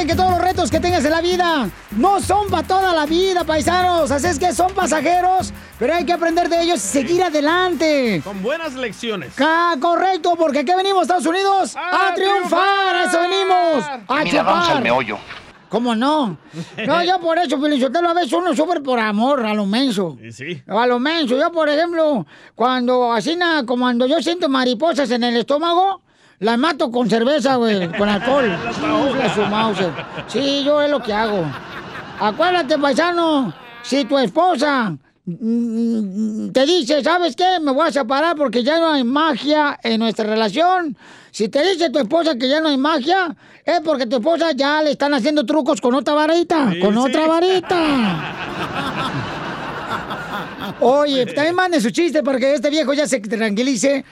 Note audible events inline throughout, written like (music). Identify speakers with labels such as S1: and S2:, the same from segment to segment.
S1: éxitos que tengas en la vida no son para toda la vida, paisanos. Así es que son pasajeros, pero hay que aprender de ellos y seguir adelante.
S2: Con buenas lecciones.
S1: Ah, correcto, porque aquí venimos, Estados Unidos, a, triunfar.
S2: ¡A triunfar!
S1: A eso venimos. A
S3: Mira, vamos al
S1: chupar.
S3: meollo.
S1: ¿Cómo no? No, yo por eso, Felicitelo, a veces uno sufre por amor a lo menso.
S2: Y sí.
S1: A lo menso. Yo, por ejemplo, cuando así, na- como cuando yo siento mariposas en el estómago, las mato con cerveza, güey, con
S2: (laughs)
S1: alcohol.
S2: Las ahoga.
S1: Chifla su Mauser. Sí, yo es lo que hago. Acuérdate, paisano, si tu esposa mm, te dice, ¿sabes qué? Me voy a separar porque ya no hay magia en nuestra relación. Si te dice tu esposa que ya no hay magia, es porque tu esposa ya le están haciendo trucos con otra varita,
S2: Sí,
S1: con
S2: sí.
S1: otra
S2: (laughs)
S1: varita. Oye, también manden su chiste para que este viejo ya se tranquilice.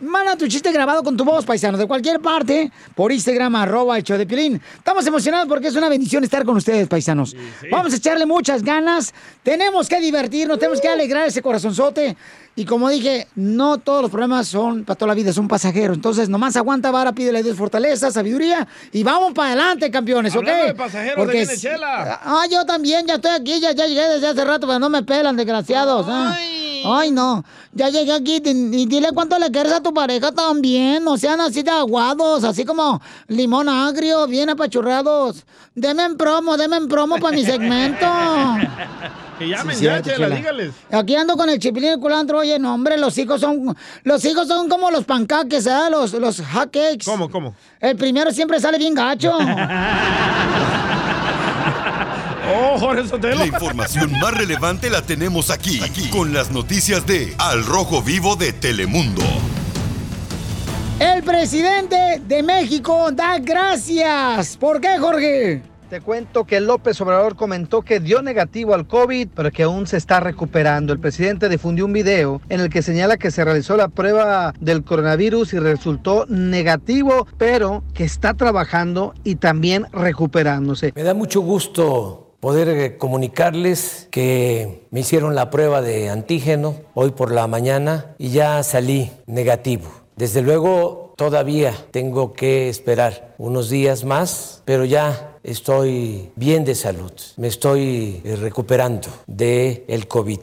S1: Manda tu chiste grabado con tu voz, paisano, de cualquier parte, por Instagram, arroba el show de Piolín. Estamos emocionados porque es una bendición estar con ustedes, paisanos. Vamos a echarle muchas ganas. Tenemos que divertirnos, tenemos
S2: Uh.
S1: que alegrar ese corazonzote. Y como dije, no todos los problemas son para toda la vida, son pasajeros. Entonces, nomás aguanta vara, pídele a Dios fortaleza, sabiduría y vamos para adelante, campeones, ¿ok?
S2: Hablando de pasajeros, ahí viene
S1: si-
S2: Chela.
S1: Ah, yo también, ya estoy aquí, ya, ya llegué desde hace rato, pero no me pelan, desgraciados. ah. Ay. no. Ya llegué aquí di- y dile cuánto le quieres a tu pareja también. No sean así de aguados, así como limón agrio, bien apachurrados. Deme en promo, deme en promo para mi
S2: (laughs)
S1: segmento.
S2: Que llamen
S1: Sí,
S2: ya,
S1: cierto,
S2: Chela,
S1: Chela.
S2: dígales.
S1: Aquí ando con el chipilín y el culantro. Oye, no, hombre, los hijos son, los hijos son como los pancaques, ¿eh? Los, los hotcakes.
S2: ¿Cómo, cómo?
S1: El primero siempre sale bien
S2: (laughs)
S1: gacho.
S2: Oh, Jorge Sotelo.
S4: La información más relevante la tenemos aquí, aquí, con las noticias de Al Rojo Vivo de Telemundo.
S1: El presidente de México da gracias. ¿Por qué, Jorge?
S5: Te cuento que López Obrador comentó que dio negativo al COVID, pero que aún se está recuperando. El presidente difundió un video en el que señala que se realizó la prueba del coronavirus y resultó negativo, pero que está trabajando y también recuperándose.
S6: Me da mucho gusto poder eh, comunicarles que me hicieron la prueba de antígeno hoy por la mañana y ya salí negativo. Desde luego todavía tengo que esperar unos días más, pero ya estoy bien de salud. Me estoy eh, recuperando de el COVID.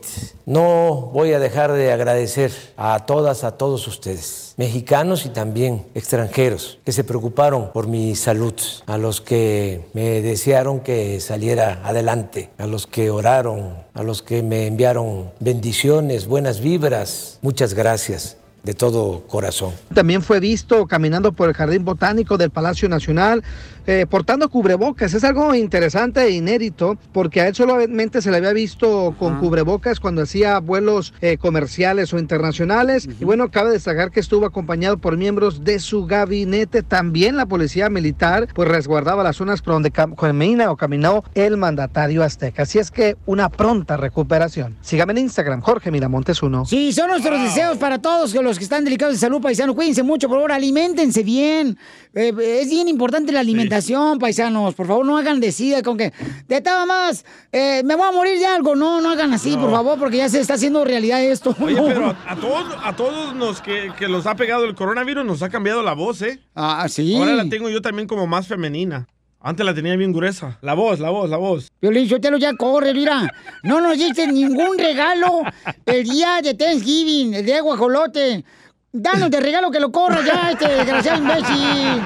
S6: No voy a dejar de agradecer a todas, a todos ustedes, mexicanos y también extranjeros, que se preocuparon por mi salud, a los que me desearon que saliera adelante, a los que oraron, a los que me enviaron bendiciones, buenas vibras. Muchas gracias de todo corazón.
S5: También fue visto caminando por el Jardín Botánico del Palacio Nacional eh, portando cubrebocas. Es algo interesante e inédito porque a él solamente se le había visto con cubrebocas cuando hacía vuelos eh, comerciales o internacionales. Y bueno, cabe destacar que estuvo acompañado por miembros de su gabinete. También la policía militar pues resguardaba las zonas por donde cam- camina o caminó el mandatario azteca. Así es que una pronta recuperación. Sígame en Instagram, Jorge Miramontes 1.
S1: Sí, son nuestros deseos para todos los que están delicados de salud, paisanos. Cuídense mucho, por favor, alimentense bien. Eh, es bien importante la alimentación, paisanos. Por favor, no hagan decida con que, de estaba más, eh, me voy a morir de algo. No, no hagan así, por favor, porque ya se está haciendo realidad esto.
S2: Oye, pero a, a todos, a todos nos que, que los ha pegado el coronavirus nos ha cambiado la voz, ¿eh?
S1: Ah, sí.
S2: Ahora la tengo yo también como más femenina. Antes la tenía bien gruesa. La voz, la voz, la voz.
S1: Violín Sotelo ya corre, mira. (laughs) No nos diste ningún regalo el día de Thanksgiving, el día de guajolote. Danos de regalo que lo corra ya, este desgraciado
S2: (laughs)
S1: imbécil.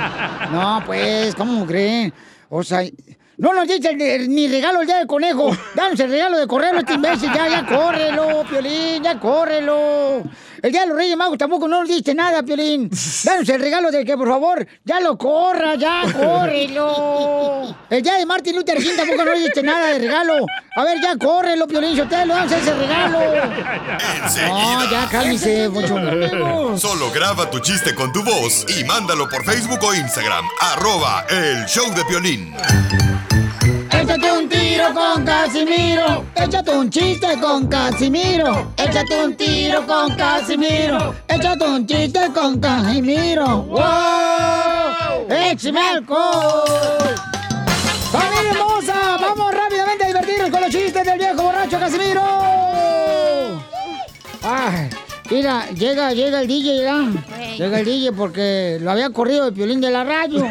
S1: No, pues, ¿cómo cree? O sea, no nos diste el- ni regalo el día del conejo. Danos el regalo de correrlo, este imbécil. Ya, ya, córrelo, Piolín, ya, córrelo. El día de los Reyes Magos tampoco no nos diste nada, Piolín. Danos el regalo de que, por favor, ya lo corra, ya, córrelo. El día de Martin Luther King tampoco no nos diste nada de regalo. A ver, ya, córrelo, Piolín, Sotelo, danos ese regalo. No, Ah, ya, cálmese, mucho.
S4: Solo graba tu chiste con tu voz y mándalo por Facebook o Instagram, arroba el show de Piolín.
S1: Échate un tiro con Casimiro. Échate un chiste con Casimiro. Échate un tiro con Casimiro. Échate un chiste con Casimiro. ¡Wow! ¡Échame alcohol! ¡Familia hermosa! ¡Vamos rápidamente a divertirnos con los chistes del viejo borracho Casimiro! Ay, mira, llega, llega el DJ, ya. Llega el DJ porque lo había corrido el violín de la radio. (laughs)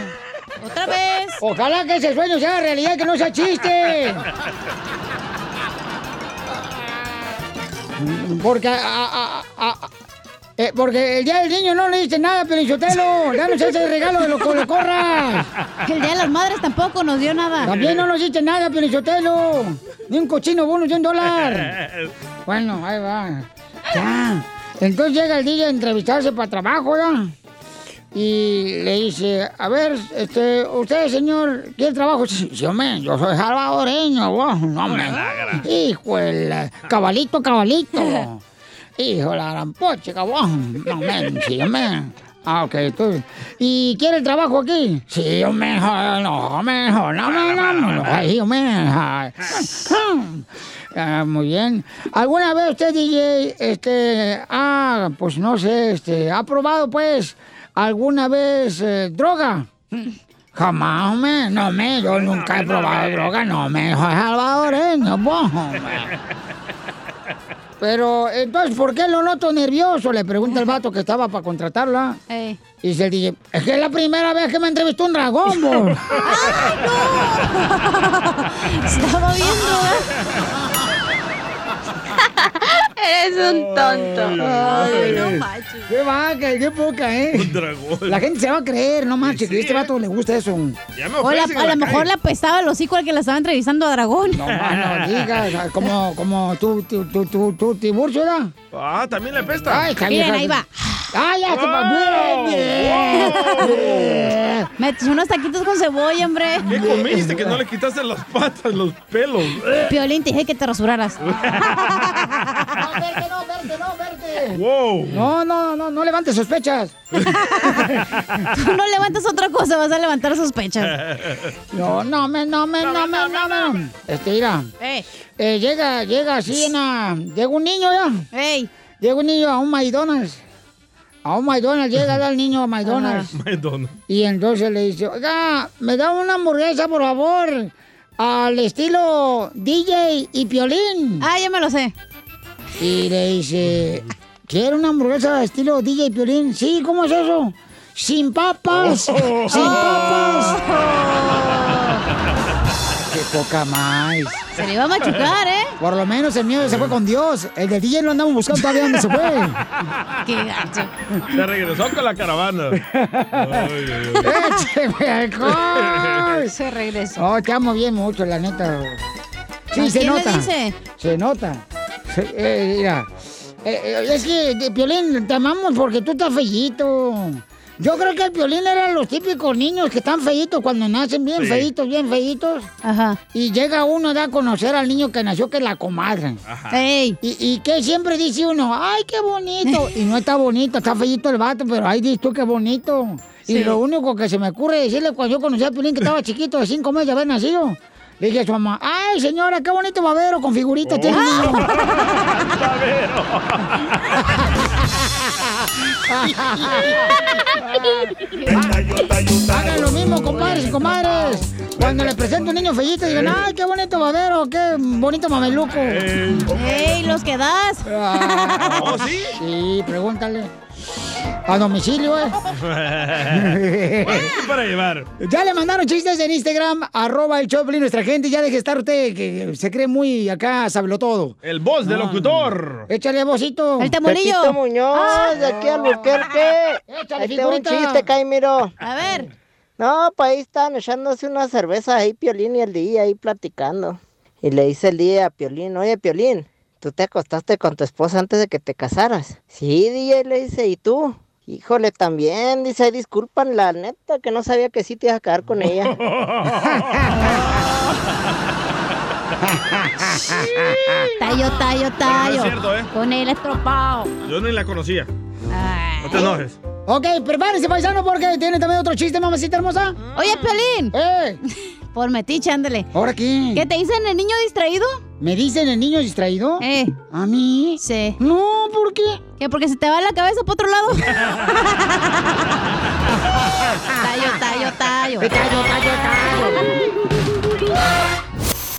S1: ¡Otra vez! Ojalá que ese sueño sea realidad, que no sea chiste. Porque a- a- a- a- eh, porque el día del niño no le diste nada, Pelichotelo. Danos ese regalo de los colocorras. El día de las madres tampoco nos dio nada. También no nos diste nada, Pelichotelo. Ni un cochino bono de un dólar. Bueno, ahí va. Ya. Entonces llega el día a entrevistarse para trabajo, ¿verdad? Y le dice, a ver, este, usted, señor, ¿qué trabajo? Sí, sí, hombre, yo soy salvadoreño, vos, no, hombre. Hijo, el cabalito, cabalito. Hijo, de la gran poche, cabrón. No, men, sí, hombre. Ah, ok, tú. ¿Y quiere el trabajo aquí? Sí, hombre, joder, no, hombre, joder, no, no, no, no, no, ay, hombre, ay. Ah, muy bien. ¿Alguna vez usted, DJ, este, ah, pues no sé, este, ha probado, pues, alguna vez eh, droga? Jamás, hombre, no, me, yo nunca he probado droga, no, me, soy salvadoreño, bojo, pero entonces, ¿por qué lo noto nervioso? Le pregunta el vato que estaba para contratarla.
S3: (laughs) Ey.
S1: Y dice el DJ, es que es la primera vez que me entrevistó un dragón, bo".
S3: (laughs) Estaba viendo. ¿eh?
S2: (laughs)
S3: (laughs)
S1: Eres un tonto.
S3: Ay, no
S1: manches. Qué vaca, qué poca, ¿eh? Un dragón. La gente se va a creer, no manches, que a este vato le gusta eso.
S2: Ya
S3: O la- a lo mejor le apestaba el hocico al que la estaba entrevistando a Dragón.
S1: No, ma,
S2: (laughs)
S1: no digas, ah, como, como tú, tú, tú, tú, tú, Tiburcio, ¿verdad?
S2: Ah, también le apesta.
S1: Ay, esta vieja- ¡Ay, ya se
S2: Wow.
S1: va! ¡Bien, bien!
S3: Me echó unos taquitos con cebolla, hombre.
S2: ¿Qué comiste que no le quitaste las patas, los pelos?
S3: Piolín, te dije que te rasuraras.
S1: no, verte, no, verte.
S2: (laughs) Wow.
S1: No, no, no, no levantes sospechas.
S3: Tú no levantas otra cosa, vas a levantar sospechas.
S1: No, no, me, no, me, no, me, no, me. Este, mira. Eh, llega, llega así una... Llega un niño ya. Llega un niño a un McDonald's. A un McDonald's,
S3: (laughs)
S1: llega da el niño a McDonald's.
S2: McDonald's.
S1: Y entonces le dice, oiga, me da una hamburguesa, por favor, al estilo DJ y Piolín.
S3: Ah, ya me lo sé.
S1: Y le dice, ¿quiere una hamburguesa al estilo DJ y Piolín? Sí, ¿cómo es eso? Sin papas,
S3: Oh.
S1: sin papas. Qué poca más.
S3: Se le iba a machucar, ¿eh?
S1: Por lo menos el mío se fue con Dios. El de DJ lo andamos buscando todavía donde se fue.
S3: (laughs) Qué gacho.
S2: Se regresó con la
S1: (laughs)
S2: caravana. Ay, ay, ay.
S1: ¡Écheme alcohol!
S3: Se regresó.
S1: Oh, te amo bien mucho, la neta. Sí,
S3: ¿A
S1: se
S3: quién le
S1: nota.
S3: dice?
S1: Se nota. Se- eh, mira. Eh, eh, es que, de- Piolín, te amamos porque tú estás feíto. Yo creo que el Piolín era los típicos niños que están feitos cuando nacen, bien
S3: Sí.
S1: feitos, bien feitos.
S3: Ajá.
S1: Y llega uno a dar a conocer al niño que nació, que es la comadre.
S3: Ajá. Ey.
S1: Y, y que siempre dice uno, ¡ay, qué
S3: (laughs)
S1: bonito! Y no está bonito, está feíto el vato, pero ahí dices tú qué bonito. Y
S3: Sí.
S1: lo único que se me ocurre decirle cuando yo conocí a Piolín, que
S3: (laughs)
S1: estaba chiquito, de cinco meses de haber nacido, le dije a su mamá, ¡ay, señora, qué bonito babero con
S3: (laughs)
S1: figuritas tiene el niño". Hagan lo mismo, compadres y comadres. Cuando les presento un niño feíto, digan, ¡ay, qué bonito babero, qué bonito mameluco!
S2: Eh,
S3: Ey, los que
S1: (laughs)
S3: das.
S1: ¿Oh, sí? Sí, pregúntale. A domicilio, eh.
S2: Y
S1: (laughs)
S2: para llevar.
S1: Ya le mandaron chistes en Instagram, arroba el Choplin, nuestra gente. Ya deje estar usted que se cree muy acá, sablo todo.
S2: El voz del locutor.
S1: Échale vosito.
S3: El tambolillo.
S7: Pepito Muñoz, de aquí a Albuquerque.
S1: Échale,
S7: Ahí tengo un
S1: figurita.
S7: chiste, Caimiro.
S3: A ver.
S7: No, pues ahí están echándose una cerveza ahí, Piolín y el día ahí platicando. Y le dice el día a Piolín, oye, Piolín, ¿tú te acostaste con tu esposa antes de que te casaras? Sí, DJ, le dice, ¿y tú? Híjole, también, dice, disculpan, la neta, que no sabía que sí te ibas a quedar
S8: (laughs)
S7: con ella.
S3: Tallo, tallo,
S2: No
S3: tallo.
S2: es cierto, ¿eh?
S3: Con el estropado.
S2: Yo ni la conocía. No
S3: Este
S2: te enojes.
S1: Ok, prepárense, paisano, porque tiene también otro chiste, mamacita hermosa.
S3: Oye, Piolín.
S1: ¡Eh!
S3: (laughs) Por metiche, ándale.
S1: ¿Ahora qué?
S3: ¿Qué te dicen el niño distraído?
S1: ¿Me dicen el niño distraído?
S3: Eh.
S1: ¿A mí?
S3: Sí.
S1: No, ¿por qué?
S3: ¿Qué? Porque se te va la cabeza para otro
S1: (laughs)
S3: lado. tallo, tallo, tallo.
S1: Tallo, tallo, tallo.
S4: Es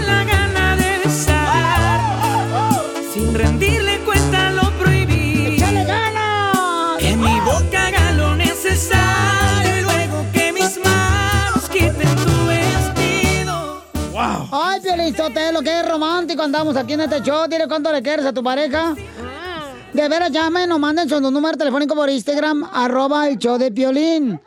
S9: la gana de besar, sin rendirle cuenta lo prohibido. ¡Échale
S1: ganas!
S9: Que mi boca haga lo necesario y luego que mis manos quiten tu vestido.
S1: ¡Wow! Ay, Piolín Sotelo, qué romántico andamos aquí en este show. Dile cuánto le quieres a tu pareja. De veras, llamen o manden su número telefónico por Instagram, arroba el show de Piolín.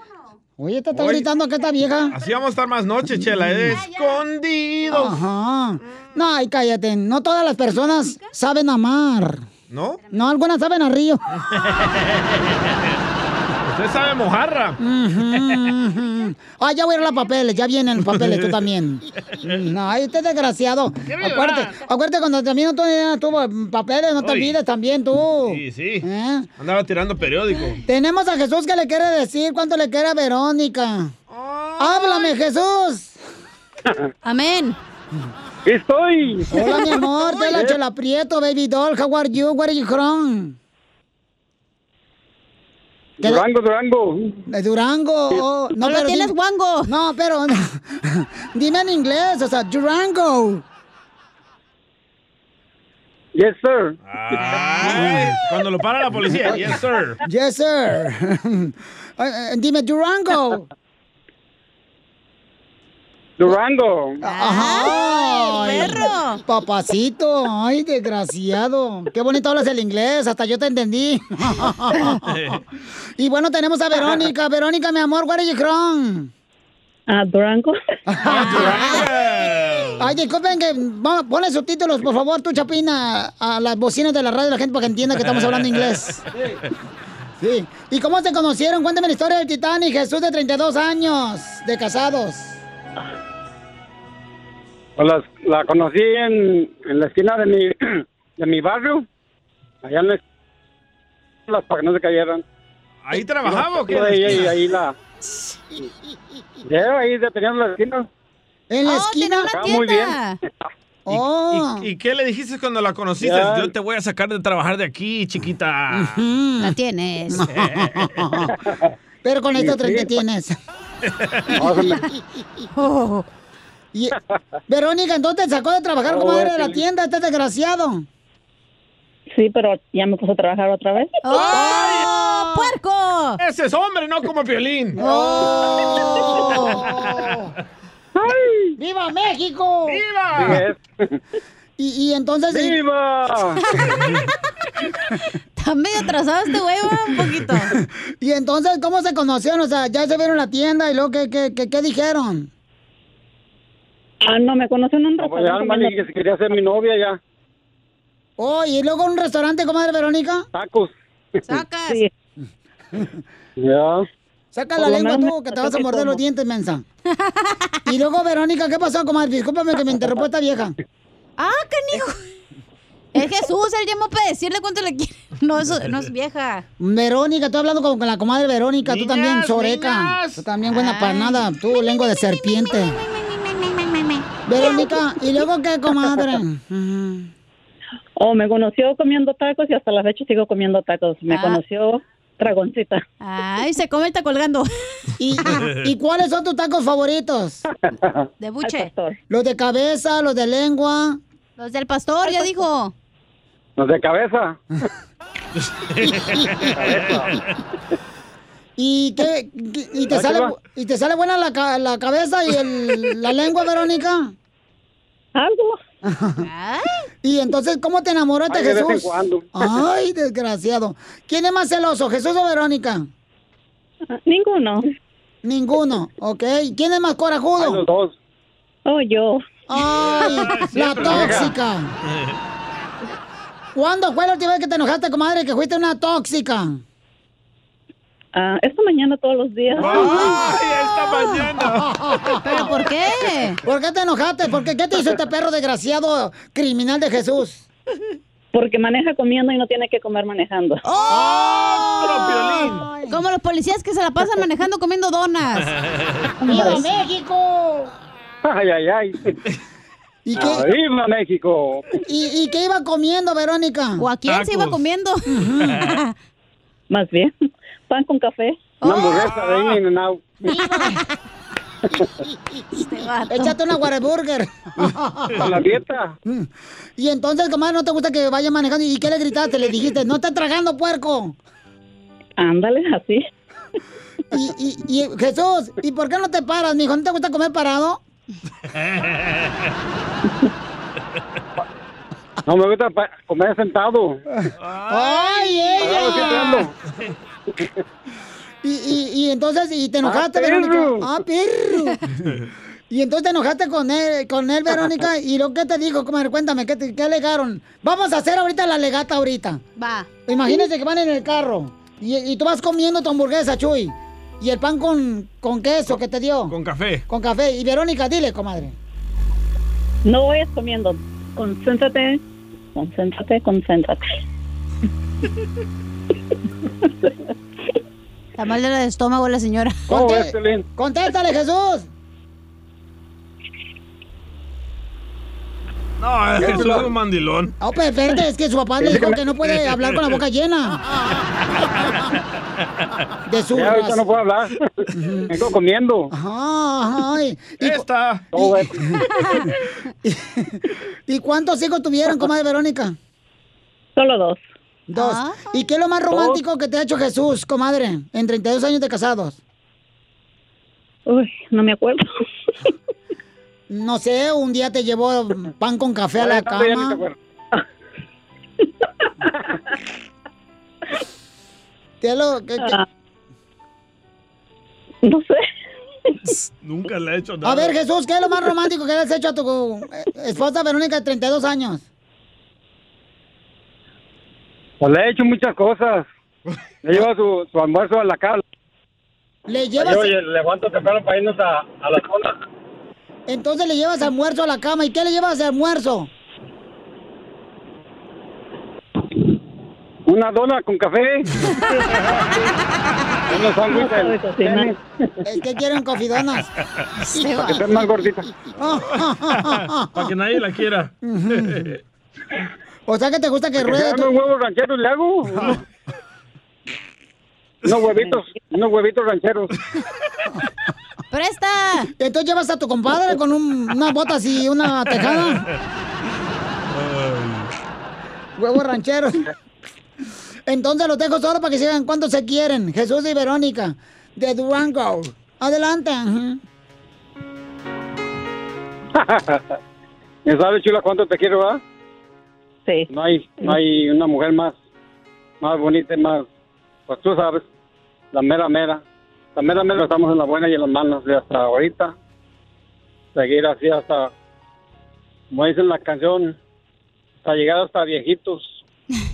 S1: Oye, te está
S2: Oye.
S1: gritando acá esta vieja.
S2: Así vamos a estar más noche, Chela. ¿eh? Escondidos.
S1: Ajá. No, ay, cállate. No todas las personas saben amar.
S2: ¿No?
S1: No, algunas saben a río.
S2: Usted sabe mojarra.
S1: Ujú, ujú. Ay, ya voy a ir a los papeles, ya vienen los papeles, tú también. No, ay, usted es desgraciado.
S2: Ya me va.
S1: Acuérdate, acuérdate cuando también tú ya tuvo papeles, no te
S2: Ay.
S1: olvides también tú.
S2: Sí, sí.
S1: ¿Eh?
S2: Andaba tirando periódico.
S1: Tenemos a Jesús que le quiere decir cuánto le quiere a Verónica. ¡Háblame, Jesús! Amén.
S10: (laughs) Estoy.
S1: Hola, mi amor, te la
S10: Eh.
S1: chela prieto, baby doll, how are you, where are you from?
S10: Durango, Durango.
S1: De Durango. oh, no, pero tienes guango. No, pero (laughs) dime en inglés, o sea, Durango.
S10: Yes, sir.
S1: Ah.
S2: Ay, cuando lo para la policía. Yes, sir.
S1: Yes, sir. Eh, eh, dime Durango.
S10: Durango.
S1: Ajá. perro. Papacito, ay, desgraciado. Qué bonito hablas el inglés, hasta yo te entendí. (laughs) y bueno, tenemos a Verónica. Verónica, mi amor, where are you from?
S8: ¿A Durango?
S1: (laughs) Ay, disculpen que vamos, ponle subtítulos, por favor, tú, Chapina, a las bocinas de la radio de la gente para que entienda que estamos hablando inglés. Sí. ¿Y cómo se conocieron? Cuéntame la historia del Titanic, Jesús de 32 años, de casados.
S10: Pues las- la conocí en, en la esquina de mi, (clears throat) de mi barrio. Allá en la, las para que no se cayeran.
S2: ¿Ahí trabajaba o qué?
S10: Ahí, ahí, ahí la. Ya, ahí detenían la esquina.
S1: En
S3: Oh,
S1: la esquina.
S10: Estaba muy bien.
S1: Oh.
S2: ¿Y, y qué le dijiste cuando la conociste?
S10: Ya.
S2: Yo te voy a sacar de trabajar de aquí, chiquita.
S3: La tienes.
S1: Mm.
S2: (laughs)
S1: Pero con
S3: Sí,
S1: esta otra
S3: sí.
S1: que tienes. Oh. Y- Verónica, entonces te sacó de trabajar
S8: Oh,
S1: como madre de la
S8: sí.
S1: tienda, este desgraciado.
S8: Sí, pero ya me puso a trabajar otra vez.
S2: ¡Oh, puerco! Ese es hombre, no como (laughs) violín. ¡Oh!
S1: ¡Viva México!
S2: Ah.
S1: ¡Viva! Y, y entonces.
S10: ¡Viva!
S1: Está medio atrasado este güey, va, un poquito. (laughs) y entonces, ¿cómo se conocieron? O sea, ya se vieron en la tienda y luego, ¿qué, qué, qué, qué dijeron?
S8: Ah, no, me conocen en un
S10: Pues
S1: (laughs)
S10: ya, nomás le dije que si quería ser mi novia ya.
S1: Oh, y luego en un restaurante, comadre Verónica.
S10: Tacos.
S1: Sacas.
S10: Ya.
S1: Saca la lengua tú, que te vas a morder los dientes, (laughs) mensa. Y luego, Verónica, ¿qué pasó, comadre? Discúlpame que me interrumpa esta vieja.
S3: Ah,
S1: (laughs)
S3: canijo. Es Jesús, él llamó para decirle cuánto le quiere. (laughs) No, eso no es vieja.
S1: Verónica, estoy hablando con, con la comadre Verónica, tú también, Soreca. Tú también, buena panada, tú, lengua de serpiente. Verónica, ¿y luego qué, comadre?
S8: Oh, me conoció comiendo tacos y hasta la fecha sigo comiendo tacos. Me
S3: Ah.
S8: conoció dragoncita.
S3: Ay, se come, está colgando.
S1: (laughs) ¿Y, ¿Y cuáles son tus tacos favoritos?
S3: De buche.
S1: Los de cabeza, los de lengua.
S3: Los del pastor, ya dijo.
S10: Los de
S2: (laughs)
S10: cabeza.
S1: ¿Y, qué, qué- y, te,
S10: Ahí te
S1: sale,
S10: va.
S1: ¿y te sale buena la, ca- la cabeza y el- la lengua, Verónica?
S8: Algo.
S1: (laughs) ¿Y entonces cómo te enamoraste,
S10: Ay, de vez en
S1: Jesús?
S10: cuando.
S1: Ay, desgraciado. ¿Quién es más celoso, Jesús o Verónica?
S8: Ninguno.
S1: Ninguno, ok. ¿Quién es más corajudo?
S10: Ay, los dos.
S8: Oh, yo.
S1: Ay, la
S8: siempre llega.
S1: tóxica. ¿Cuándo fue la última vez que te enojaste, comadre, que fuiste una tóxica?
S8: Ah, esta mañana todos los días.
S2: esta
S1: mañana!
S3: ¿Pero por qué?
S1: ¿Por qué te enojaste? ¿Por qué, ¿Qué te hizo este perro desgraciado criminal de Jesús?
S8: Porque maneja comiendo y no tiene que comer manejando.
S1: Oh,
S2: ¡Oh!
S3: Como los policías que se la pasan manejando comiendo (laughs) donas.
S1: ¡Viva México!
S10: Ay, ay, ay.
S1: ¿Y
S3: qué?
S10: ¡Viva México!
S1: ¿Y, y qué iba comiendo, Verónica?
S3: ¿O a quién se iba Tacos. (laughs) comiendo?
S8: Más bien, pan con café.
S10: Una hamburguesa
S1: Oh.
S10: de In and Out.
S1: Échate una
S10: (laughs)
S1: Whataburger. Mm.
S10: A la dieta.
S1: Y entonces, comadre, ¿no te gusta que vaya manejando? ¿Y qué le gritaste? Le dijiste, no estás tragando, puerco.
S8: Ándale, así.
S1: Y, y, y, Jesús, ¿y por qué no te paras, mijo? ¿No te gusta comer parado?
S10: No me gusta pa- comer sentado.
S1: ¡Ay,
S10: Parado siempre
S1: ella!
S2: (laughs)
S10: ando.
S1: (laughs) Y, y, y entonces, ¿y te enojaste,
S10: ¡Ah, perro!
S1: Verónica? ¡Ah, perro! Y entonces te enojaste con él, con él, Verónica, y lo que te dijo, comadre, cuéntame, ¿qué, te- qué alegaron? Vamos a hacer ahorita la legata ahorita.
S3: Va.
S1: Imagínense que van en el carro y, y tú vas comiendo tu hamburguesa, Chuy. Y el pan con, con queso que te dio. Con
S2: café.
S1: Con café. Y Verónica, dile, comadre.
S8: No vayas comiendo. Concéntrate, concéntrate, concéntrate.
S3: Está mal de la de estómago la señora.
S8: Oh,
S10: ¿Cómo ves, Piolín?
S1: Contéstale, Jesús.
S2: No,
S1: ¿Qué
S2: Jesús
S1: pasó?
S2: es un mandilón.
S1: Oh, pero espérate, es que su papá le dijo que no puede hablar con la boca llena. De su
S10: Ya ahorita
S1: raza.
S10: no puedo hablar. Vengo comiendo.
S1: Ajá, ajá. Y, Esta.
S10: Todo eso.
S1: (laughs) ¿Y cuántos hijos tuvieron, comadre Verónica?
S8: Solo dos.
S1: Dos. ¿Y qué es lo más
S8: Dos.
S1: romántico que te ha hecho Jesús, comadre, en 32 años de casados?
S8: Uy, no me acuerdo.
S1: (laughs) No sé, un día te llevó pan con café a la
S10: Tanto ya ni te
S1: cama.
S10: acuerdas.
S1: ¿Qué es lo que- que-
S8: Ah, No
S1: (laughs)
S8: sé.
S2: Nunca le ha hecho nada.
S1: A ver, Jesús,
S2: (laughs)
S1: ¿qué es lo más romántico que le has hecho a tu eh, esposa Verónica de 32 años?
S10: Pues le he hecho muchas cosas. Le llevo su, su almuerzo a la casa.
S1: Le
S10: Le
S1: llevas,
S10: llevo y le levanto temprano para irnos a, a la zona.
S1: entonces le llevas almuerzo a la cama. ¿Y qué le llevas de almuerzo?
S10: Una dona
S1: (laughs)
S10: con café. Unos
S1: No
S10: sándwiches.
S1: sabe cocinar.
S10: Tenis,
S1: Es que quieren cofidonas.
S10: Para que estén más gorditas.
S2: Para que nadie la quiera.
S1: (laughs)
S2: (laughs)
S1: o sea que te gusta que
S10: Que se
S1: ruede
S10: arme
S1: tu-
S10: un huevo ranchero y le hago. unos- Unos huevitos, unos huevitos rancheros.
S1: ¡Presta! Entonces llevas a tu compadre con un- unas botas y una tejada. Huevos rancheros. Entonces los dejo solo para que sigan cuando se quieren. Jesús y Verónica, de Durango. Adelante. ujú.
S10: (laughs) ¿Ya sabes, chula, cuánto te quiero, va?
S8: Sí.
S10: No hay, no hay una mujer más, más bonita y más... Pues tú sabes, la mera mera. La mera mera estamos en la buena y en las malas de hasta ahorita. Seguir así hasta, como dice en la canción, hasta llegar hasta viejitos.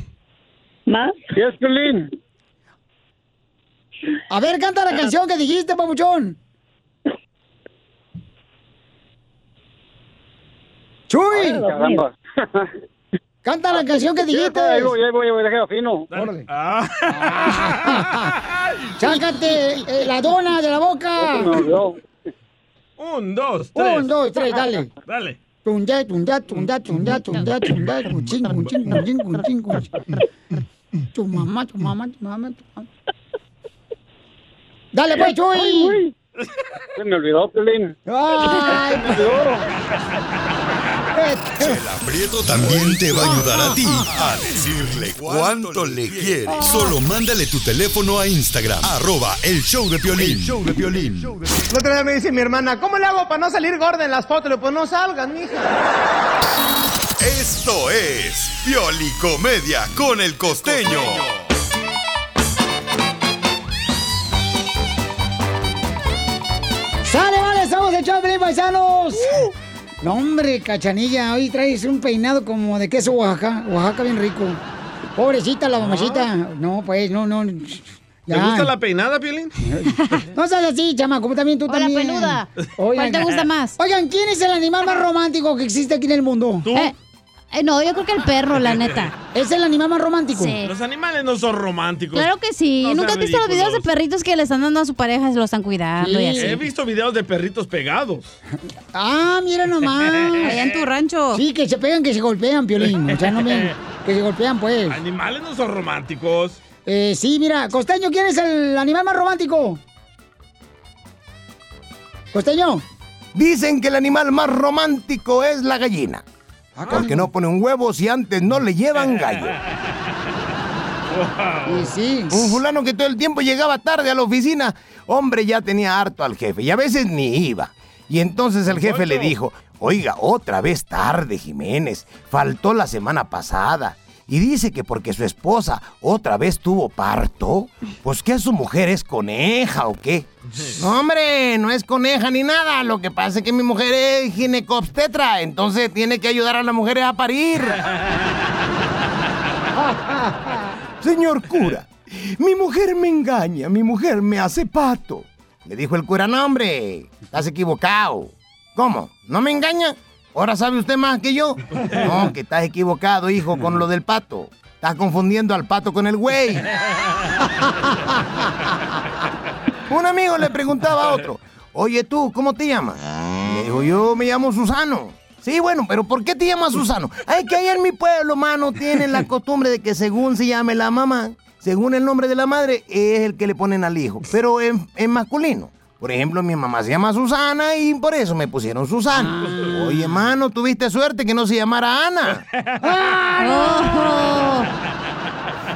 S8: (laughs) ¿Más?
S10: Sí, es Piolín.
S1: A ver, canta la canción que dijiste, papuchón. ¡Chuy!
S10: Ay, caramba.
S1: Canta la canción que dijiste.
S10: Ahí voy, ahí voy, ahí voy, déjalo fino.
S1: Sácate eh, la dona de la boca.
S10: Se me olvidó.
S2: Un, dos, tres.
S1: Un, dos, tres, dale.
S2: (laughs) Dale.
S1: Tunda, tunda, tunda, tunda, tunda, tunda, cuchín, cuchín, cuchín, cuchín, cuchín. Tu mamá, tu mamá, tu mamá, tu mamá. Dale, pues, Chuy.
S10: Se me olvidó, Piolín.
S1: Ay,
S10: Se me olvidó.
S4: El aprieto también te va a ayudar a ti a decirle cuánto le quieres. Solo mándale tu teléfono a Instagram, arroba el show de Piolín. show de Piolín.
S11: La otra vez me dice mi hermana, ¿cómo le hago para no salir gorda en las fotos? Le digo, pues no salgas, mija.
S4: Esto es Piolicomedia con el costeño.
S1: ¡Sale, vale! ¡Estamos de Choplin, paisanos! No, hombre, cachanilla, hoy traes un peinado como de queso Oaxaca. Oaxaca bien rico. Pobrecita la mamacita. No, pues, no, no.
S2: ¿Te gusta la peinada, Piolín?
S1: No seas así, chama, como también tú también.
S3: peluda. ¿Cuál te gusta más?
S1: Oigan, ¿quién es el animal más romántico que existe aquí en el mundo?
S3: Eh, Eh, no, yo creo que el perro, la neta.
S1: Es el animal más romántico.
S3: Sí.
S2: Los animales no son románticos.
S3: Claro que sí.
S2: No
S3: ¿Nunca
S2: sean
S3: has visto los videos de
S2: ridículos.
S3: perritos que le están dando a su pareja, se lo están cuidando y así?
S2: He visto videos de perritos pegados.
S1: Ah, mira nomás.
S2: Allá en tu
S3: rancho.
S1: Sí, que se pegan, que se golpean, Piolín. O sea, no me... Que se golpean, pues.
S2: Animales no son románticos.
S1: Eh, sí, mira, Costeño, ¿quién es el animal más romántico? Costeño.
S12: Dicen que el animal más romántico es la gallina. Porque no pone un huevo si antes no le llevan gallo. Un fulano que todo el tiempo llegaba tarde a la oficina, hombre, ya tenía harto al jefe y a veces ni iba. Y entonces el jefe le dijo, oiga, otra vez tarde, Jiménez, faltó la semana pasada. Y dice que porque su esposa otra vez tuvo parto, pues que su mujer es coneja o qué. Hombre, no es coneja ni nada. Lo que pasa es que mi mujer es ginecobstetra, entonces tiene que ayudar a las mujeres a parir. Señor cura, mi mujer me engaña, mi mujer me hace pato. Le dijo el cura, no hombre, estás equivocado. ¿Cómo? ¿No me engaña? ¿Ahora sabe usted más que yo? No, que estás equivocado, hijo, con lo del pato. Estás confundiendo al pato con el güey. Un amigo le preguntaba a otro, oye tú, ¿cómo te llamas? Le dijo, yo me llamo Susano. Sí, bueno, pero ¿por qué te llamas Susano? Ay, que ahí en mi pueblo, mano, tienen la costumbre de que según se llame la mamá, según el nombre de la madre, es el que le ponen al hijo, pero en, en masculino. Por ejemplo, mi mamá se llama Susana y por eso me pusieron Susana. Oye, mano, tuviste suerte que no se llamara Ana.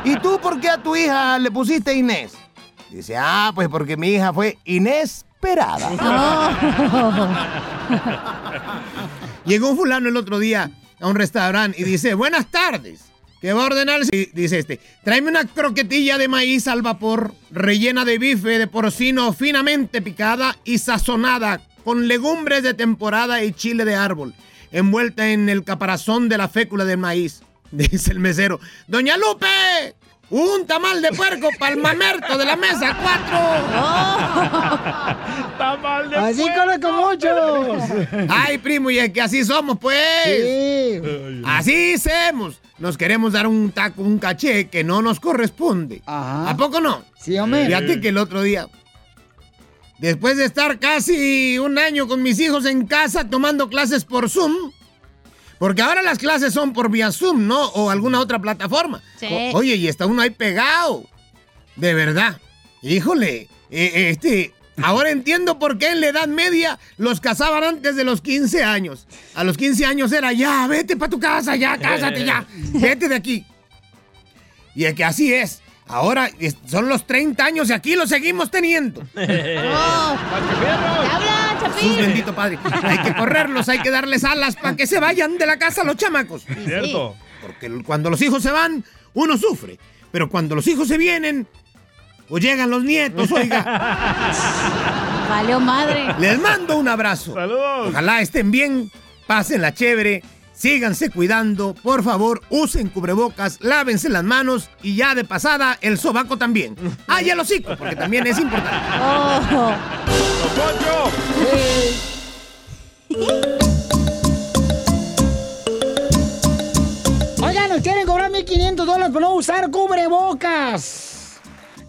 S12: ¿Y tú por qué a tu hija le pusiste Inés? Dice, ah, pues porque mi hija fue inesperada. Llegó un fulano el otro día a un restaurante y dice, buenas tardes. ¿Qué va a ordenar? Sí, Dice este, tráeme una croquetilla de maíz al vapor, rellena de bife de porcino finamente picada y sazonada con legumbres de temporada y chile de árbol, envuelta en el caparazón de la fécula de maíz. (laughs) Dice el mesero, Doña Lupe, un tamal de puerco para el mamerto de la mesa 4.
S9: (laughs) Tamal de
S1: Así
S9: puerco.
S1: con muchos.
S12: Ay, primo, y es que así somos, pues. Así hacemos. Nos queremos dar un taco, un caché que no nos corresponde. ¿A poco no?
S1: Sí, hombre.
S12: Fíjate que el otro día, después de estar casi un año con mis hijos en casa tomando clases por Zoom, porque ahora las clases son por vía Zoom, ¿no? O alguna otra plataforma.
S9: Sí.
S12: O- Oye, y está uno ahí pegado. De verdad. Híjole, eh, este, ahora entiendo por qué en la Edad Media los casaban antes de los 15 años. A los 15 años era ya, vete para tu casa, ya, cásate ya, vete de aquí. Y es que así es. Ahora es- son los 30 años y aquí los seguimos teniendo.
S9: Oh. habla,
S12: Jesús Pues, bendito padre. Hay que correrlos, hay que darles alas para que se vayan de la casa los chamacos.
S9: Cierto.
S12: Porque cuando los hijos se van, uno sufre. Pero cuando los hijos se vienen, o llegan los nietos, oiga.
S3: (laughs) Valió madre.
S12: Les mando un abrazo. Saludos. Ojalá estén bien, pásenla chévere, síganse cuidando, por favor, usen cubrebocas, lávense las manos y ya de pasada el sobaco
S3: (laughs)
S12: también. Ah, y el hocico, porque también es importante.
S3: Oh.
S1: Oigan, nos quieren cobrar 1500 dólares por no usar cubrebocas.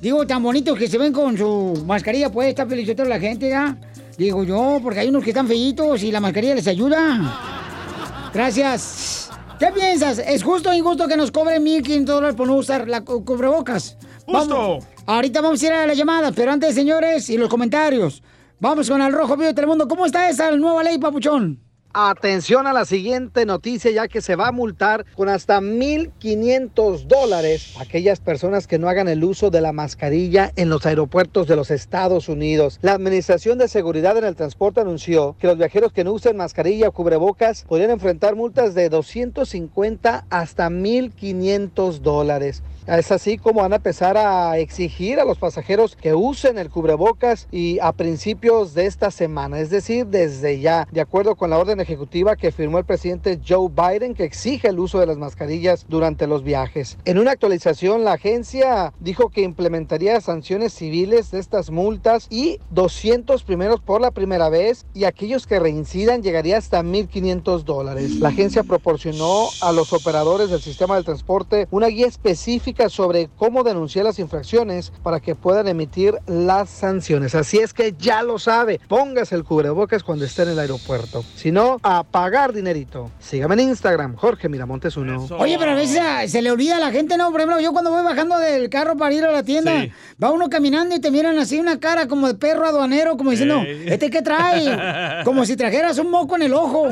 S1: Digo, tan bonitos que se ven con su mascarilla, pues está felicitando la gente, ¿ya? Digo yo, porque hay unos que están feitos y la mascarilla les ayuda. Gracias. ¿Qué piensas? ¿Es justo o injusto que nos cobren 1500 dólares por no usar la cu- cubrebocas?
S2: Justo.
S1: Vamos- ahorita vamos a ir a las llamadas, pero antes, señores, y los comentarios. Vamos con el Rojo Vivo de Telemundo. ¿Cómo está esa nueva ley, papuchón?
S5: Atención a la siguiente noticia, ya que se va a multar con hasta 1.500 dólares a aquellas personas que no hagan el uso de la mascarilla en los aeropuertos de los Estados Unidos. La Administración de Seguridad en el Transporte anunció que los viajeros que no usen mascarilla o cubrebocas podrían enfrentar multas de 250 hasta 1.500 dólares. Es así como van a empezar a exigir a los pasajeros que usen el cubrebocas y a principios de esta semana, es decir, desde ya, de acuerdo con la orden ejecutiva ejecutiva que firmó el presidente Joe Biden que exige el uso de las mascarillas durante los viajes. En una actualización, la agencia dijo que implementaría sanciones civiles de estas multas y 200 primeros por la primera vez y aquellos que reincidan llegaría hasta 1.500 dólares. La agencia proporcionó a los operadores del sistema del transporte una guía específica sobre cómo denunciar las infracciones para que puedan emitir las sanciones. Así es que ya lo sabe, póngase el cubrebocas cuando esté en el aeropuerto. Si no, a pagar dinerito. Sígame en Instagram, Jorge Miramontes uno.
S1: Oye, pero a veces ah, se le olvida a la gente, ¿no? Por ejemplo, yo cuando voy bajando del carro para ir a la tienda,
S9: Sí.
S1: va uno caminando y te miran así una cara como de perro aduanero, como diciendo,
S9: Ey.
S1: ¿este qué
S2: (laughs)
S1: trae? Como si trajeras un moco en el ojo.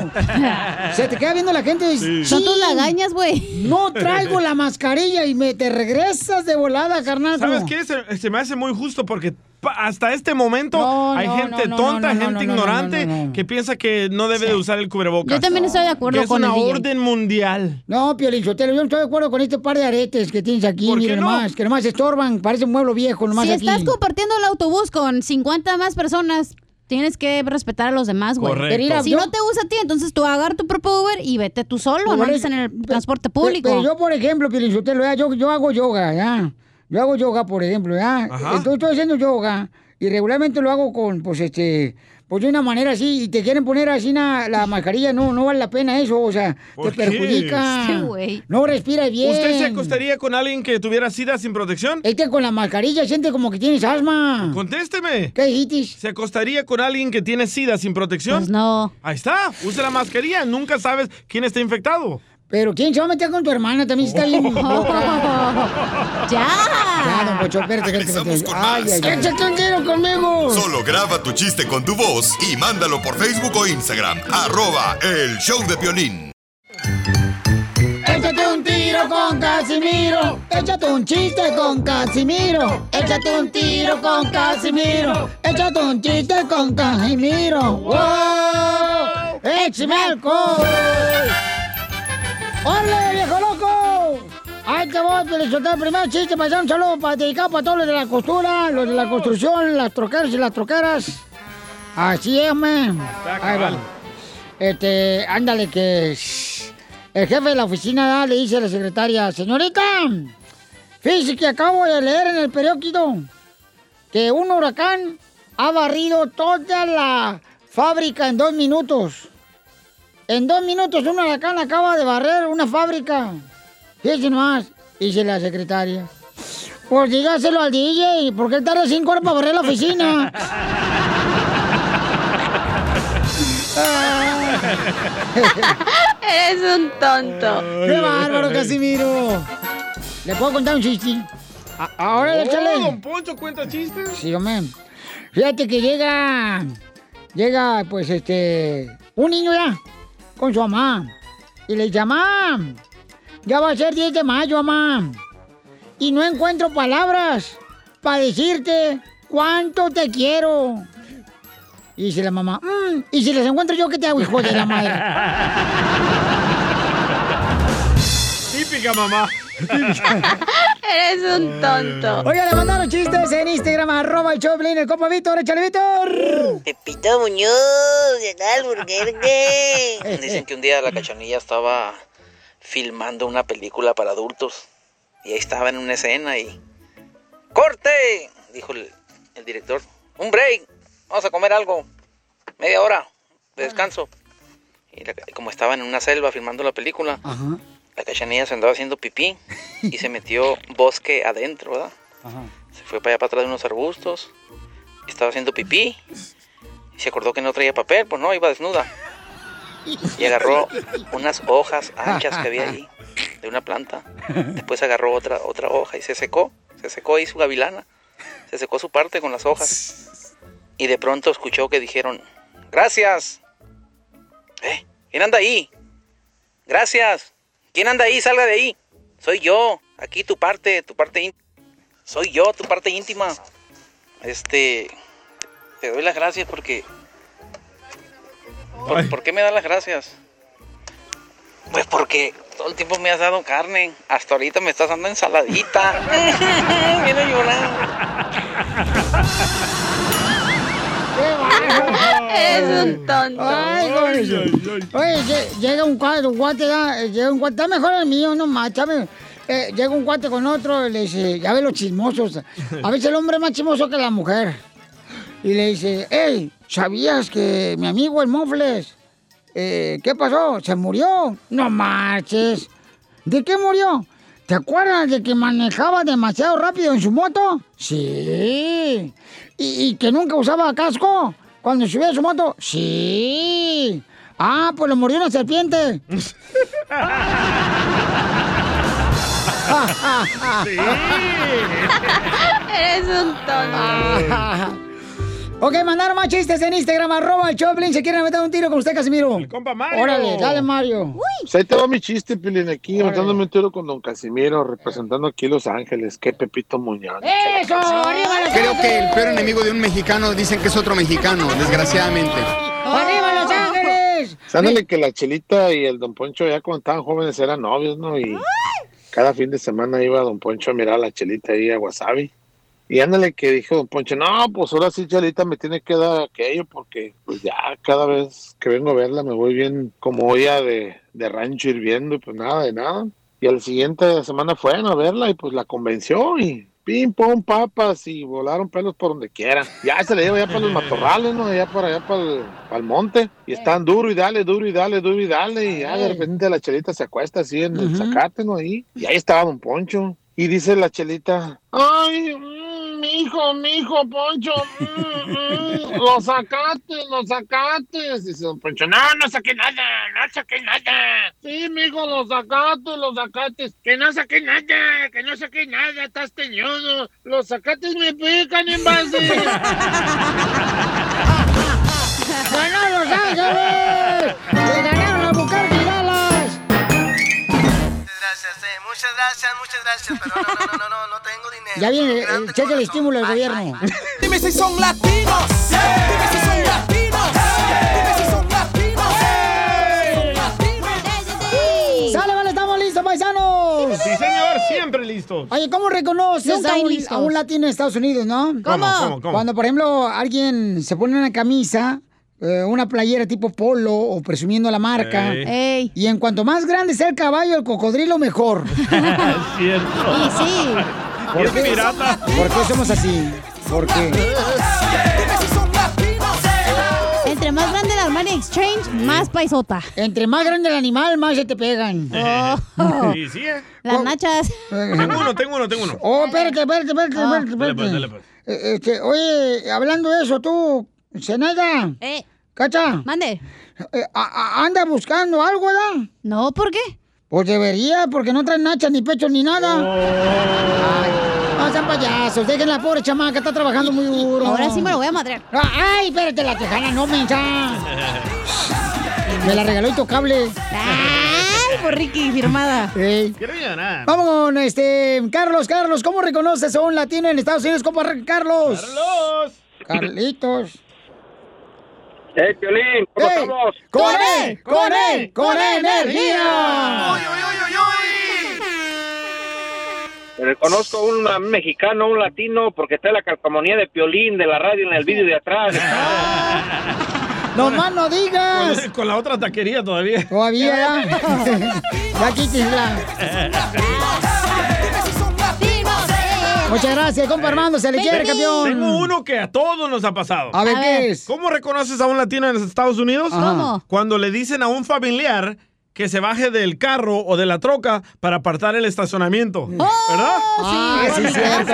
S1: se te queda viendo la gente y
S9: Sí.
S1: dices,
S9: Son tus
S1: lagañas, güey. No traigo la mascarilla y me te regresas de volada, carnal.
S2: ¿Sabes qué? Se, se me hace muy justo porque pa- hasta este momento
S1: No,
S2: hay
S1: no,
S2: gente
S1: no, no, no,
S2: tonta,
S1: no,
S2: gente
S1: no, no,
S2: ignorante
S1: no, no,
S2: que piensa que no debe de usar el cubrebocas.
S1: Yo también estoy de acuerdo
S2: Que es
S1: con
S2: una
S1: el DJ.
S2: orden mundial.
S1: No, Piolín Sotelo, yo no estoy de acuerdo con este par de aretes que tienes aquí,
S2: ¿Por qué
S1: mira
S2: no?
S1: nomás, que nomás estorban, parece un mueble viejo nomás
S3: Si
S1: aquí.
S3: estás compartiendo el autobús con 50 más personas, tienes que respetar a los demás, güey.
S1: Correcto. Pero mira,
S3: si
S1: yo-
S3: no te usa a ti, entonces tú agarra tu propio Uber y vete tú solo, no
S1: Por
S3: andes
S1: eso-
S3: en el transporte
S1: Pe-
S3: público.
S1: Pero, yo, por ejemplo, Piolín Sotelo, ya, yo, yo hago yoga, ya. Yo hago yoga, por ejemplo, ya. Entonces estoy haciendo yoga y regularmente lo hago con, pues, este... Pues de una manera así, y te quieren poner así
S3: (laughs)
S1: na- la mascarilla, no, no vale la pena eso, o sea, te
S2: ¿Por qué?
S1: perjudica.
S2: Este güey.
S1: no respira bien.
S2: ¿Usted se acostaría con alguien que tuviera sida sin protección?
S1: Es que con la mascarilla siente como que tienes asma.
S2: Contésteme.
S1: ¿Qué dijiste?
S2: ¿Se acostaría con alguien que tiene sida sin protección? Pues
S3: no.
S2: Ahí está. Use la mascarilla. Nunca sabes quién está infectado.
S1: Pero ¿quién se va a meter con tu hermana? También está
S3: (laughs)
S1: bien.
S3: ¡Ya!
S1: Ya, don Pocho, espérate, espérate, espérate. Pues, Ay, ay, ay. ¡Échate un tiro conmigo!
S4: Solo graba tu chiste con tu voz y mándalo por Facebook o Instagram. Arroba el show de Piolín.
S1: Échate un tiro con Casimiro. Échate un chiste con Casimiro. Échate un tiro con Casimiro. Échate un chiste con Casimiro. ¡Wow! ¡Échame alcohol! ¡Órale, viejo loco! Ahí te voy, felicitar el primer chiste para un saludo para dedicar para todos los de la costura, los de la construcción, las troqueras y las troqueras. Así es, man. Ahí va. Este, ándale que shh, el jefe de la oficina da, le dice a la secretaria, señorita, fíjese que acabo de leer en el periódico que un huracán ha barrido toda la fábrica en dos minutos. En dos minutos un huracán acaba de barrer una fábrica. Fíjese nomás, dice la secretaria. Pues dígaselo al DJ, porque él tarda cinco horas para barrer la oficina.
S9: (laughs) Eres un tonto.
S1: ¡Qué bárbaro, Casimiro! ¿Le puedo contar un chiste? A- ahora
S2: Oh,
S1: échale.
S2: don Poncho cuenta chistes?
S1: Sí, hombre. Fíjate que llega. Llega, pues, este. Un niño ya. Con su mamá. Y le dice, mamá. Ya va a ser 10 de mayo, mamá. Y no encuentro palabras para decirte cuánto te quiero. Y dice la mamá, "Mm, y si les encuentro yo, ¿qué te hago, hijo de
S9: (laughs)
S1: la madre?
S2: Típica mamá.
S9: (laughs) Eres un tonto.
S1: Oiga, le mandaron chistes en Instagram, arroba el Choplin, el compa Víctor, échale Víctor.
S13: Pepito Muñoz, de tal Burger
S9: (laughs)
S13: King.
S14: (laughs) Dicen que un día la cachanilla estaba filmando una película para adultos y ahí estaba en una escena y... ¡Corte! Dijo el, el director. ¡Un break! Vamos a comer algo. Media hora de descanso. Y la- como estaba en una selva filmando la película,
S1: Ajá.
S14: la cachanilla se andaba haciendo pipí y se metió bosque adentro, ¿verdad? Se fue para allá para atrás de unos arbustos. Estaba haciendo pipí. Y se acordó que no traía papel, pues no, iba desnuda. Y agarró unas hojas anchas que había ahí, de una planta. Después agarró otra, otra hoja y se secó. Se secó ahí su gavilana. Se secó su parte con las hojas. Y de pronto escuchó que dijeron, gracias. ¿Eh? ¿Quién anda ahí? Gracias. ¿Quién anda ahí? Salga de ahí. Soy yo. Aquí tu parte, tu parte íntima. Soy yo, tu parte íntima. Este, te doy las gracias porque... ¿Por, por qué me das las gracias? Pues porque todo el tiempo me has dado carne. Hasta ahorita me estás dando ensaladita. Viene a llorar.
S1: ¡Qué bárbaro! Es un tonto. Ay, güey. Oye, lle- llega un cuate, un cuate, da- eh, llega un cuate, está mejor el mío, no más, ¿sabes? Eh, llega un cuate con otro y le dice, ya ve los chismosos. A veces el hombre es más chismoso que la mujer. Y le dice, hey, ¿sabías que mi amigo el Mofles, eh, qué pasó? ¿Se murió? No marches. ¿De qué murió? ¿Te acuerdas de que manejaba demasiado rápido en su moto? Sí. ¿Y, y que nunca usaba casco cuando subía a su moto? Sí. Ah, pues lo murió una (laughs) serpiente.
S15: (laughs)
S9: Eres un tonto.
S1: ok, mandaron más chistes en Instagram, arroba el Choplin. Se quieren meter un tiro con usted, Casimiro. El compa
S2: Mario.
S1: Órale, dale, Mario.
S15: Pues ahí te va mi chiste, Pilín, aquí, montándome un tiro con Don Casimiro, representando aquí Los Ángeles. Qué Pepito Muñoz.
S1: ¡Eso! ¡Arriba los
S16: Creo que el
S1: Ángeles!
S16: peor enemigo de un mexicano dicen que es otro mexicano, desgraciadamente.
S1: ¡Arriba Los
S15: Ah.
S1: Ángeles!
S15: (laughs) Sándale que la Chelita y el Don Poncho ya cuando estaban jóvenes eran novios, ¿no? Y cada fin de semana iba Don Poncho a mirar a la Chelita ahí a Wasabi. Y ándale que dijo Don Poncho, no, pues ahora sí Chelita me tiene que dar aquello porque pues ya cada vez que vengo a verla me voy bien como olla de, de rancho hirviendo y pues nada de nada. Y al siguiente semana fueron a verla y pues la convenció y pim, pum, papas y volaron pelos por donde quieran. Ya se le lleva ya para los matorrales, ¿no? Ya para allá para el, para el monte. Y están duro y dale, duro y dale, duro y dale. Y ya de repente la chelita se acuesta así en el zacate, ¿no? Ahí. Y ahí estaba Don Poncho. Y dice la chelita, Ay, mm, mi hijo, mi hijo, Poncho. mm, lo sacaste, lo sacaste. Dice Don Poncho, no, no saqué nada, no saqué nada. Sí, mijo, lo sacaste, lo sacaste. Que no saqué nada, que no saqué nada, estás teñudo. Los sacates me pican en
S1: ¡Ganó Los Ángeles! ¡Le ganaron a buscar Dallas!
S9: Muchas gracias, muchas gracias, pero no, no, no, no, no tengo dinero.
S1: Ya viene, eh, cheque el estímulo del gobierno.
S9: (laughs) Dime si son latinos. Dime si son latinos. Dime si son latinos.
S1: ¡Sale, vale! ¡Estamos listos, paisanos!
S2: Sí, señor, siempre listos.
S1: Oye, ¿cómo reconoces
S2: Nunca
S1: a un,
S2: listos.
S1: a un latino en Estados Unidos, no?
S2: ¿Cómo, cómo, cómo?
S1: Cuando, por ejemplo, alguien se pone una camisa, eh, una playera tipo polo o presumiendo la marca.
S9: Ey.
S1: Y en cuanto más grande sea el caballo, el cocodrilo,
S2: (laughs)
S1: mejor.
S9: Es cierto.
S1: Y sí. ¿Por qué? ¿Por qué somos así? ¿Por qué?
S3: Entre más grande el Armani Exchange, más paisota.
S1: Entre más grande el animal, más se te pegan.
S3: Oh.
S2: Y (laughs) sí, eh.
S3: Las nachas.
S2: Tengo uno, tengo uno, tengo uno.
S1: eh. Oh, espérate, espérate, espérate,
S2: Ah.
S1: espérate.
S2: Dale, pues,
S1: espérate.
S2: dale, pues.
S1: Eh, este, oye, hablando de eso, tú, Zenaida.
S3: Eh.
S1: Cacha. Eh,
S3: Mande.
S1: ¿Anda buscando algo, da?
S3: No, ¿por qué?
S1: Pues debería, porque no trae nachas, ni pecho, ni nada.
S2: Oh.
S1: Ay, no sean payasos, dejen la pobre chamaca, está trabajando muy duro. Ah,
S3: Ahora sí me lo voy a madrear.
S1: Ay, espérate, la tejana, no mensa. Me la regaló intocable.
S3: Ay, por Ricky, firmada.
S1: Ey.
S2: Quiero llorar.
S1: Vamos con este. Carlos, Carlos, ¿cómo reconoces a un latino en Estados Unidos? ¿Cómo arranca Carlos? Carlos. Carlitos.
S10: ¡Eh, Piolín! ¿Cómo
S1: Ey,
S10: estamos?
S1: ¡Con él! ¡Con él! ¡Con energía!
S17: Reconozco un a un mexicano, un latino, porque está la calcomanía de Piolín de la radio en el vídeo de atrás.
S1: Ah. ¡No más no
S2: (laughs)
S1: digas!
S2: pues. Con, con la otra taquería todavía. (laughs)
S1: Todavía. (laughs) ya quítisla. Muchas gracias, compa Armando, se le quiere, campeón.
S2: Tengo uno que a todos nos ha pasado.
S1: A ver, ¿qué es?
S2: ¿Cómo reconoces a un latino en los Estados Unidos?
S1: Ajá. ¿Cómo?
S2: Cuando le dicen a un familiar que se baje del carro o de la troca para apartar el estacionamiento.
S3: Oh,
S2: ¿Verdad?
S1: Ah, sí, cierto.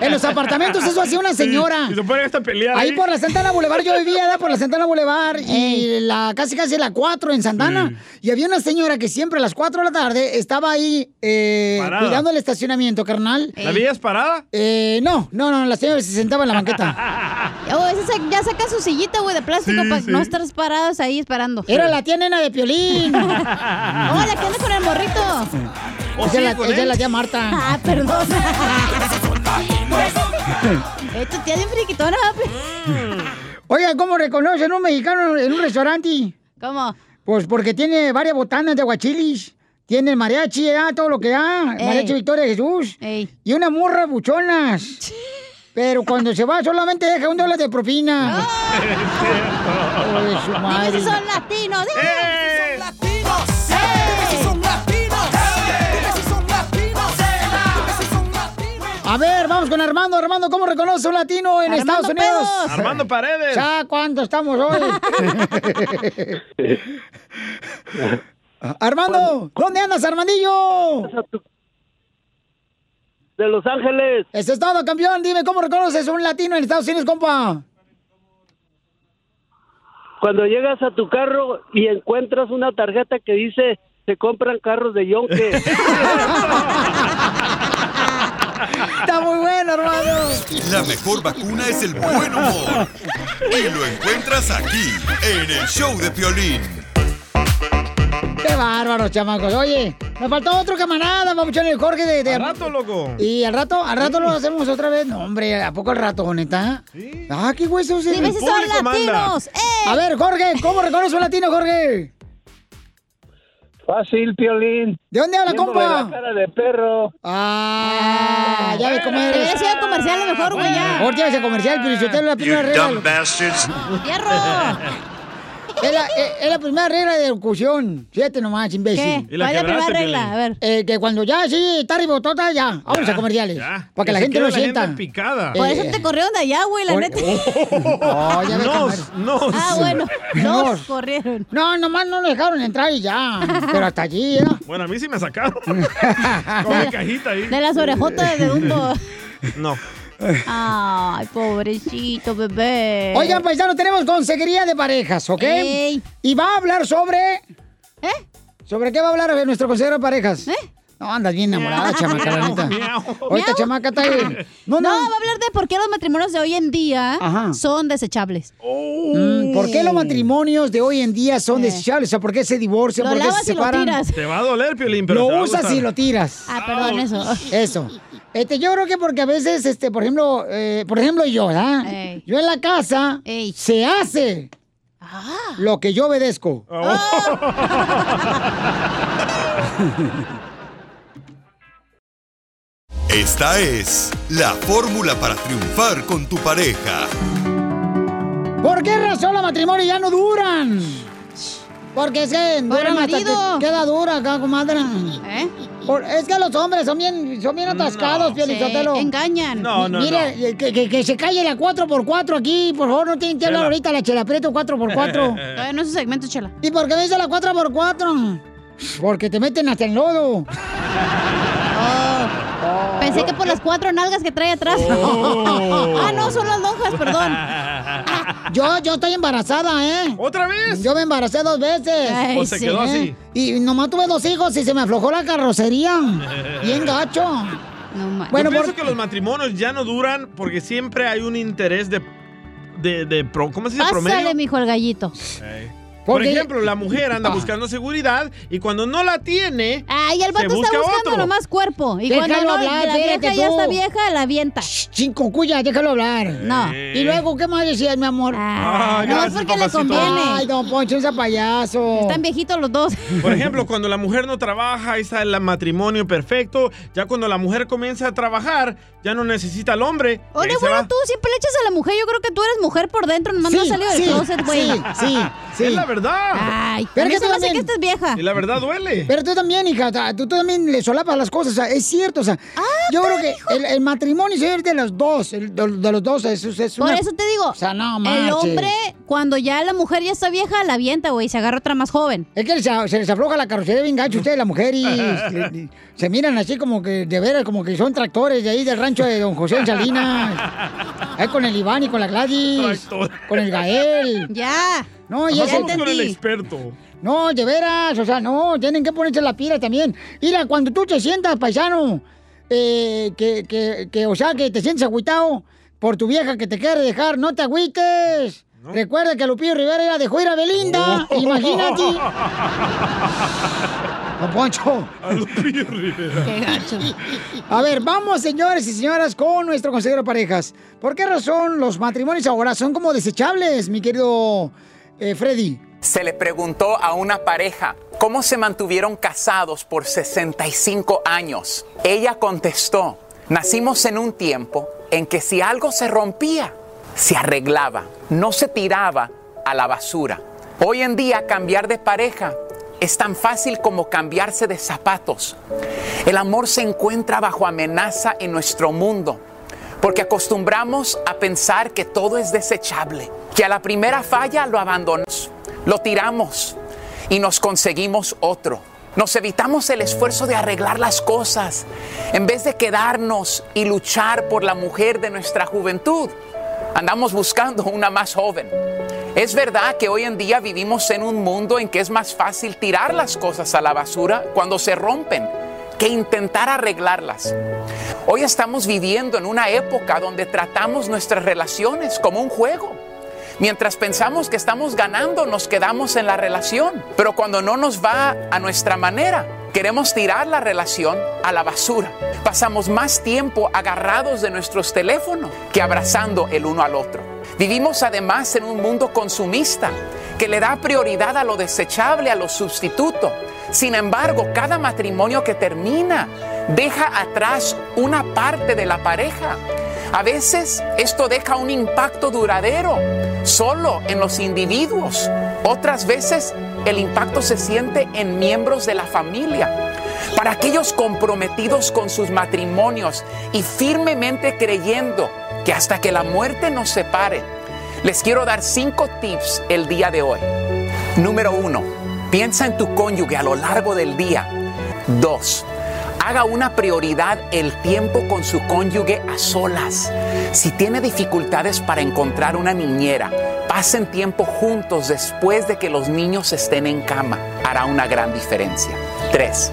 S1: En los apartamentos eso hacía una señora.
S2: Sí, Y se ponen hasta a pelear.
S1: Ahí por la Santana Boulevard, yo vivía ¿verdad? por la Santana Boulevard y la casi casi la 4 en Santana. Y había una señora que siempre a las 4 de la tarde estaba ahí eh,
S2: Parada.
S1: cuidando el estacionamiento, carnal.
S2: ¿La veías parada?
S1: Eh, no, no, no, la señora se sentaba en la banqueta.
S2: (laughs)
S3: Oh, ese sa- ya saca su sillita, güey, de plástico para no estar parados ahí esperando.
S1: Era la tía nena de Piolín.
S3: (laughs) Hola, ¿qué onda con el morrito?
S1: Esa es la- esa es la tía Marta.
S3: Ah,
S1: (laughs)
S3: perdón. Esto tía bien friquitona, papi.
S1: (laughs) Oiga, ¿cómo reconocen un mexicano en un restaurante?
S3: ¿Cómo?
S1: Pues porque tiene varias botanas de aguachilis. Tiene el mariachi, ah, todo lo que da.
S3: Ey.
S1: Mariachi Victoria Jesús. Y unas murras buchonas. Pero cuando se va solamente deja un dólar de propina.
S3: Ah.
S1: Ay, su
S9: Dime
S1: madre.
S9: si son
S3: latinos,
S2: ¡Eh!
S9: dime si son latinos. Dime si son latinos. Dime si son latinos. Dime si son
S1: A ver, vamos con Armando. Armando, ¿cómo reconoce un latino en
S9: Armando
S1: Estados Unidos?
S9: Pedos. Armando Paredes.
S1: Ya, ¿cuánto estamos
S3: (laughs)
S1: hoy? Armando, ¿dónde andas, Armandillo?
S18: De Los Ángeles.
S1: Eso es todo, campeón. Dime, ¿cómo reconoces un latino en Estados Unidos, compa?
S18: Cuando llegas a tu carro y encuentras una tarjeta que dice se compran carros de Yonke.
S1: Está muy bueno, hermano.
S4: La mejor vacuna es el buen humor. Y lo encuentras aquí, en el show de Piolín.
S1: Qué bárbaro, chamacos. Oye, nos faltó otro camarada, vamos el Jorge de, de-
S2: Al rato, loco.
S1: Y al rato, al rato lo hacemos otra vez. No, hombre, ¿a poco al rato, neta? Ah, qué huesos.
S9: Dime
S1: el
S9: si son
S1: público manda.
S9: latinos,
S1: ¡Eh! A ver, Jorge, ¿cómo reconoce un latino, Jorge?
S18: Fácil, Piolín.
S1: ¿De dónde habla,
S18: Viéndole
S1: compa?
S18: la cara de perro.
S1: Ah, ya ves cómo eres.
S3: Deberías ir a comercial a lo mejor, güey, ya.
S1: Ahorita ibas a comercial, pero yo te la primera regla. de
S9: bastards.
S1: Es la, es- es la primera regla de locución. Fíjate nomás, imbécil.
S9: ¿Qué? ¿Y la ¿Cuál es la primera quebraste, regla? Piolín? A ver.
S1: Eh, que cuando ya sí está ribotota, ya. Vamos
S2: Ya,
S1: a comerciales.
S2: ya.
S1: Para que
S2: Que
S1: la
S2: se
S1: gente
S2: quede
S1: lo
S2: la
S1: sienta.
S2: gente picada.
S1: Eh, oh.
S3: Por eso te corrieron de allá, güey, la
S1: por-
S3: neta.
S1: No, ya ves,
S3: Nos,
S1: comadre.
S3: nos. Ah, bueno, nos corrieron.
S1: No, nomás no nos dejaron entrar y ya. Pero hasta allí, ¿eh?
S2: Bueno, a mí sí
S1: (laughs)
S2: me sacaron. Con la cajita ahí.
S3: De las orejotas de Dumbo.
S2: No.
S3: Ay, pobrecito bebé.
S1: Oigan, paisano, tenemos consejería de parejas, ¿ok?
S3: Ey.
S1: Y va a hablar sobre. ¿Eh? ¿Sobre qué va a hablar nuestro consejero de parejas? ¿Eh? No, andas bien enamorada, chamaca, la neta.
S3: (laughs)
S1: Ahorita,
S3: Miau.
S1: chamaca, está ahí.
S3: No,
S1: No, no.
S3: va a hablar de por qué los matrimonios de hoy en día
S1: Ajá.
S3: son desechables.
S2: Oh.
S1: Mm, ¿Por qué los matrimonios de hoy en día son desechables? O sea, ¿por qué se divorcian?
S3: Lo
S1: ¿Por qué se
S3: lavas y lo
S1: separan?
S3: tiras.
S2: Te va a doler, Piolín, pero
S1: lo
S2: te va a
S1: usas
S2: gustar.
S1: y lo tiras.
S3: Ah, perdón, eso.
S1: Eso. Este, yo creo que porque a veces, este, por ejemplo, eh, por ejemplo yo, ¿verdad?
S3: Ey.
S1: Yo en la casa se hace
S3: Ah.
S1: lo que yo obedezco.
S2: Ah,
S9: Oh,
S4: Esta es la fórmula para triunfar con tu pareja.
S1: ¿Por qué razón los matrimonios ya no duran? Porque es que duran hasta que
S3: marido. ¿Eh?
S1: queda dura acá, comadre. Por- es que los hombres son bien, son bien atascados,
S3: No.
S1: Pio
S3: Sí,
S1: Lizotelo.
S3: engañan. No,
S1: Mi-
S3: no,
S1: Mira, eh, Que, que- que se calle la 4x4 aquí, por favor, no tienen que hablar
S3: Chela.
S1: ahorita la chela Prieto
S3: (laughs)
S1: 4x4.
S3: Todavía no es un segmento, chela.
S1: ¿Y por qué me dice la 4x4? Porque te meten hasta en lodo.
S3: Pensé que por las cuatro nalgas que trae atrás.
S1: Oh.
S3: (laughs) ah, no, son las lonjas,
S2: (laughs)
S3: perdón.
S1: Yo, yo estoy embarazada, ¿eh? ¿Otra vez? Yo me embaracé dos veces.
S9: Ay, ¿O se sí. quedó así?
S1: Y nomás tuve dos hijos y se me aflojó la
S2: (laughs)
S1: carrocería. Bien gacho.
S2: Bueno,
S1: Bueno,
S2: Yo pienso
S1: por-
S2: que los matrimonios ya no duran porque siempre hay un interés de. de, de pro- ¿Cómo se dice?
S3: Pásale,
S2: Promedio.
S3: mijo, el gallito.
S2: Ey. Por
S3: Porque-
S2: ejemplo, la mujer anda
S3: Ah.
S2: buscando seguridad y cuando no la tiene.
S3: Ay, el vato
S2: se busca
S3: está buscando
S2: otro.
S3: nomás cuerpo. Y
S1: Déjalo
S3: cuando no,
S1: hablar,
S3: la vieja
S1: espérate
S3: ya
S1: tú.
S3: está vieja, la avienta.
S1: Cinco cuya, déjalo hablar.
S3: No. Ah.
S1: Y luego, ¿qué más decías, mi amor?
S2: Ay, No, es gracias, porque le papacito. conviene.
S1: Ay, don Poncho, ese payaso. Están
S3: viejitos los dos.
S2: Por ejemplo, cuando la mujer no trabaja, ahí está el matrimonio perfecto. Ya cuando la mujer comienza a trabajar, ya no necesita al hombre. y ahí
S3: Oye,
S2: se
S3: bueno,
S2: va.
S3: tú siempre le echas a la mujer. Yo creo que tú eres mujer por dentro, nomás no has salido del closet, güey.
S2: (laughs) Es la verdad.
S3: Ay, pero que se me hace que esta Este es (laughs) vieja.
S2: Y la verdad duele.
S1: Pero tú también, hija, o sea, tú, tú también le solapas las cosas, o sea, es cierto, o sea,
S3: Ah,
S1: yo creo que el, el matrimonio es de los dos, el- de, de los dos, es, es
S3: Por
S1: una-
S3: eso te digo,
S1: o sea, no,
S3: el
S1: marches.
S3: hombre, cuando ya la mujer ya está vieja, la avienta, güey, y se agarra otra más joven.
S1: Es que se, se les afloja la carrocería bien gacho a ustedes, la mujer,
S2: (laughs)
S1: y se, se miran así como que, de veras, como que son tractores de ahí del rancho de don José en Salinas. Ahí con el Iván y con la Gladys, con el Gael.
S3: Ya.
S1: No, y ese-
S2: Vamos con el experto.
S1: No, de veras, o sea, no, tienen que ponerse la pila también. Mira, cuando tú te sientas, paisano, eh, que, que, que, o sea, que te sientes agüitado por tu vieja que te quiere dejar, no te agüites. Recuerda que Lupillo Rivera era dejó ir a Belinda, imagínate. Don Poncho.
S9: Qué gacho.
S1: A ver, vamos, señores y señoras, con nuestro consejero de parejas. ¿Por qué razón los matrimonios ahora son como desechables, mi querido eh, Freddy?
S19: Se le preguntó a una pareja cómo se mantuvieron casados por 65 años. Ella contestó, nacimos en un tiempo, en que si algo se rompía, se arreglaba, no se tiraba a la basura. Hoy en día cambiar de pareja es tan fácil como cambiarse de zapatos. El amor se encuentra bajo amenaza en nuestro mundo. Porque acostumbramos a pensar que todo es desechable, que a la primera falla lo abandonamos, lo tiramos y nos conseguimos otro. Nos evitamos el esfuerzo de arreglar las cosas en vez de quedarnos y luchar por la mujer de nuestra juventud. Andamos buscando una más joven. Es verdad que hoy en día vivimos en un mundo en que es más fácil tirar las cosas a la basura cuando se rompen que intentar arreglarlas. Hoy estamos viviendo en una época donde tratamos nuestras relaciones como un juego. Mientras pensamos que estamos ganando, nos quedamos en la relación. Pero cuando no nos va a nuestra manera, queremos tirar la relación a la basura. Pasamos más tiempo agarrados de nuestros teléfonos que abrazando el uno al otro. Vivimos además en un mundo consumista que le da prioridad a lo desechable, a lo sustituto. Sin embargo, cada matrimonio que termina deja atrás una parte de la pareja. A veces esto deja un impacto duradero solo en los individuos. Otras veces el impacto se siente en miembros de la familia. Para aquellos comprometidos con sus matrimonios y firmemente creyendo que hasta que la muerte nos separe, les quiero dar cinco tips el día de hoy. Número uno, piensa en tu cónyuge a lo largo del día. Dos, haga una prioridad el tiempo con su cónyuge a solas. Si tiene dificultades para encontrar una niñera, pasen tiempo juntos después de que los niños estén en cama. Hará una gran diferencia. 3.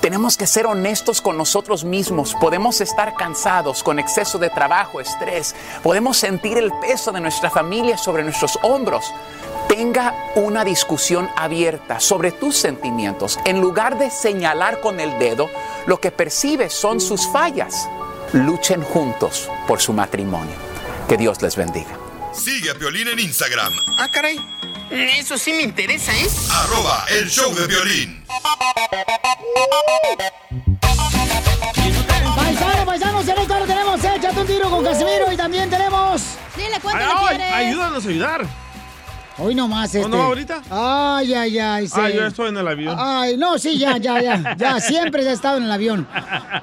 S19: Tenemos que ser honestos con nosotros mismos. Podemos estar cansados con exceso de trabajo, estrés. Podemos sentir el peso de nuestra familia sobre nuestros hombros. Tenga una discusión abierta sobre tus sentimientos. En lugar de señalar con el dedo, lo que percibes son sus fallas. Luchen juntos por su matrimonio. Que Dios les bendiga.
S4: Sigue a Violín en Instagram.
S9: Ah, caray. Eso sí me interesa, ¿eh?
S4: Arroba el show de violín.
S1: Paisano, paisanos, en esta hora tenemos Échate un tiro con Casimiro y también tenemos...
S3: Dile
S2: Ay,
S3: cuánto le
S2: ay,
S3: quieres.
S2: ayúdanos a ayudar.
S1: Hoy nomás
S2: ¿O
S1: este...
S2: no va ahorita?
S1: Ay, ay, ay, sí.
S2: Ah, yo estoy en el avión.
S1: Ay, no, sí, ya, ya, ya.
S2: (laughs)
S1: Ya, siempre ya he estado en el avión.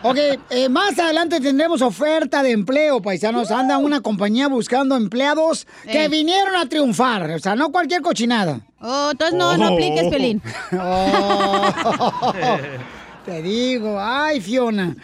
S1: Ok, eh, más adelante tendremos oferta de empleo, paisanos. Anda una compañía buscando empleados que
S3: Eh.
S1: vinieron a triunfar. O sea, no cualquier cochinada.
S3: Oh, entonces no, no apliques,
S1: (laughs)
S3: Pelín.
S1: Oh, te digo, ay, Fiona.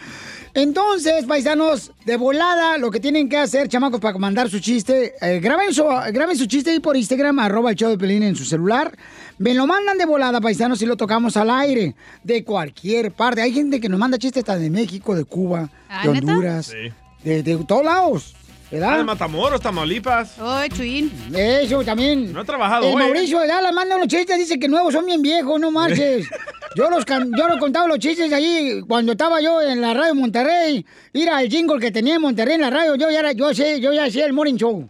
S1: Entonces, paisanos, de volada, lo que tienen que hacer, chamacos, para mandar su chiste, eh, graben, su, graben su chiste ahí por Instagram, arroba el show de Pelín en su celular. Me lo mandan de volada, paisanos, y lo tocamos al aire, de cualquier parte. Hay gente que nos manda chistes hasta de México, de Cuba,
S2: Ah,
S1: de
S2: ¿neta?
S1: Honduras,
S2: Sí.
S1: de, de todos lados,
S2: Ah, de
S1: ¿verdad?
S2: Matamoros, Tamaulipas.
S3: Ay, Chuín.
S1: Eso también.
S2: No ha trabajado
S1: El
S2: hoy. ¿eh?
S1: Mauricio de Dallas manda unos chistes, dice que nuevos son bien viejos, no
S2: (laughs)
S1: marches. Yo los can- yo los contaba los chistes ahí cuando estaba yo en la radio Monterrey. Mira el jingle que tenía en Monterrey en la radio, yo ya era- yo sé, yo ya hacía el morning show.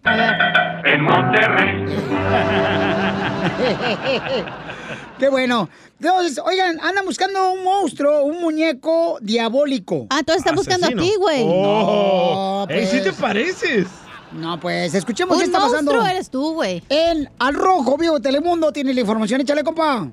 S9: En Monterrey.
S1: (laughs) Qué bueno. Entonces, oigan, andan buscando un monstruo, un muñeco diabólico.
S3: Ah, entonces están buscando a ti, güey.
S2: Oh,
S1: No,
S2: ey, sí te
S1: pues.
S2: pareces.
S1: No, pues, escuchemos
S3: Un
S1: qué está pasando.
S3: monstruo eres tú, güey.
S1: En Al Rojo Vivo Telemundo tiene la información, échale, compa.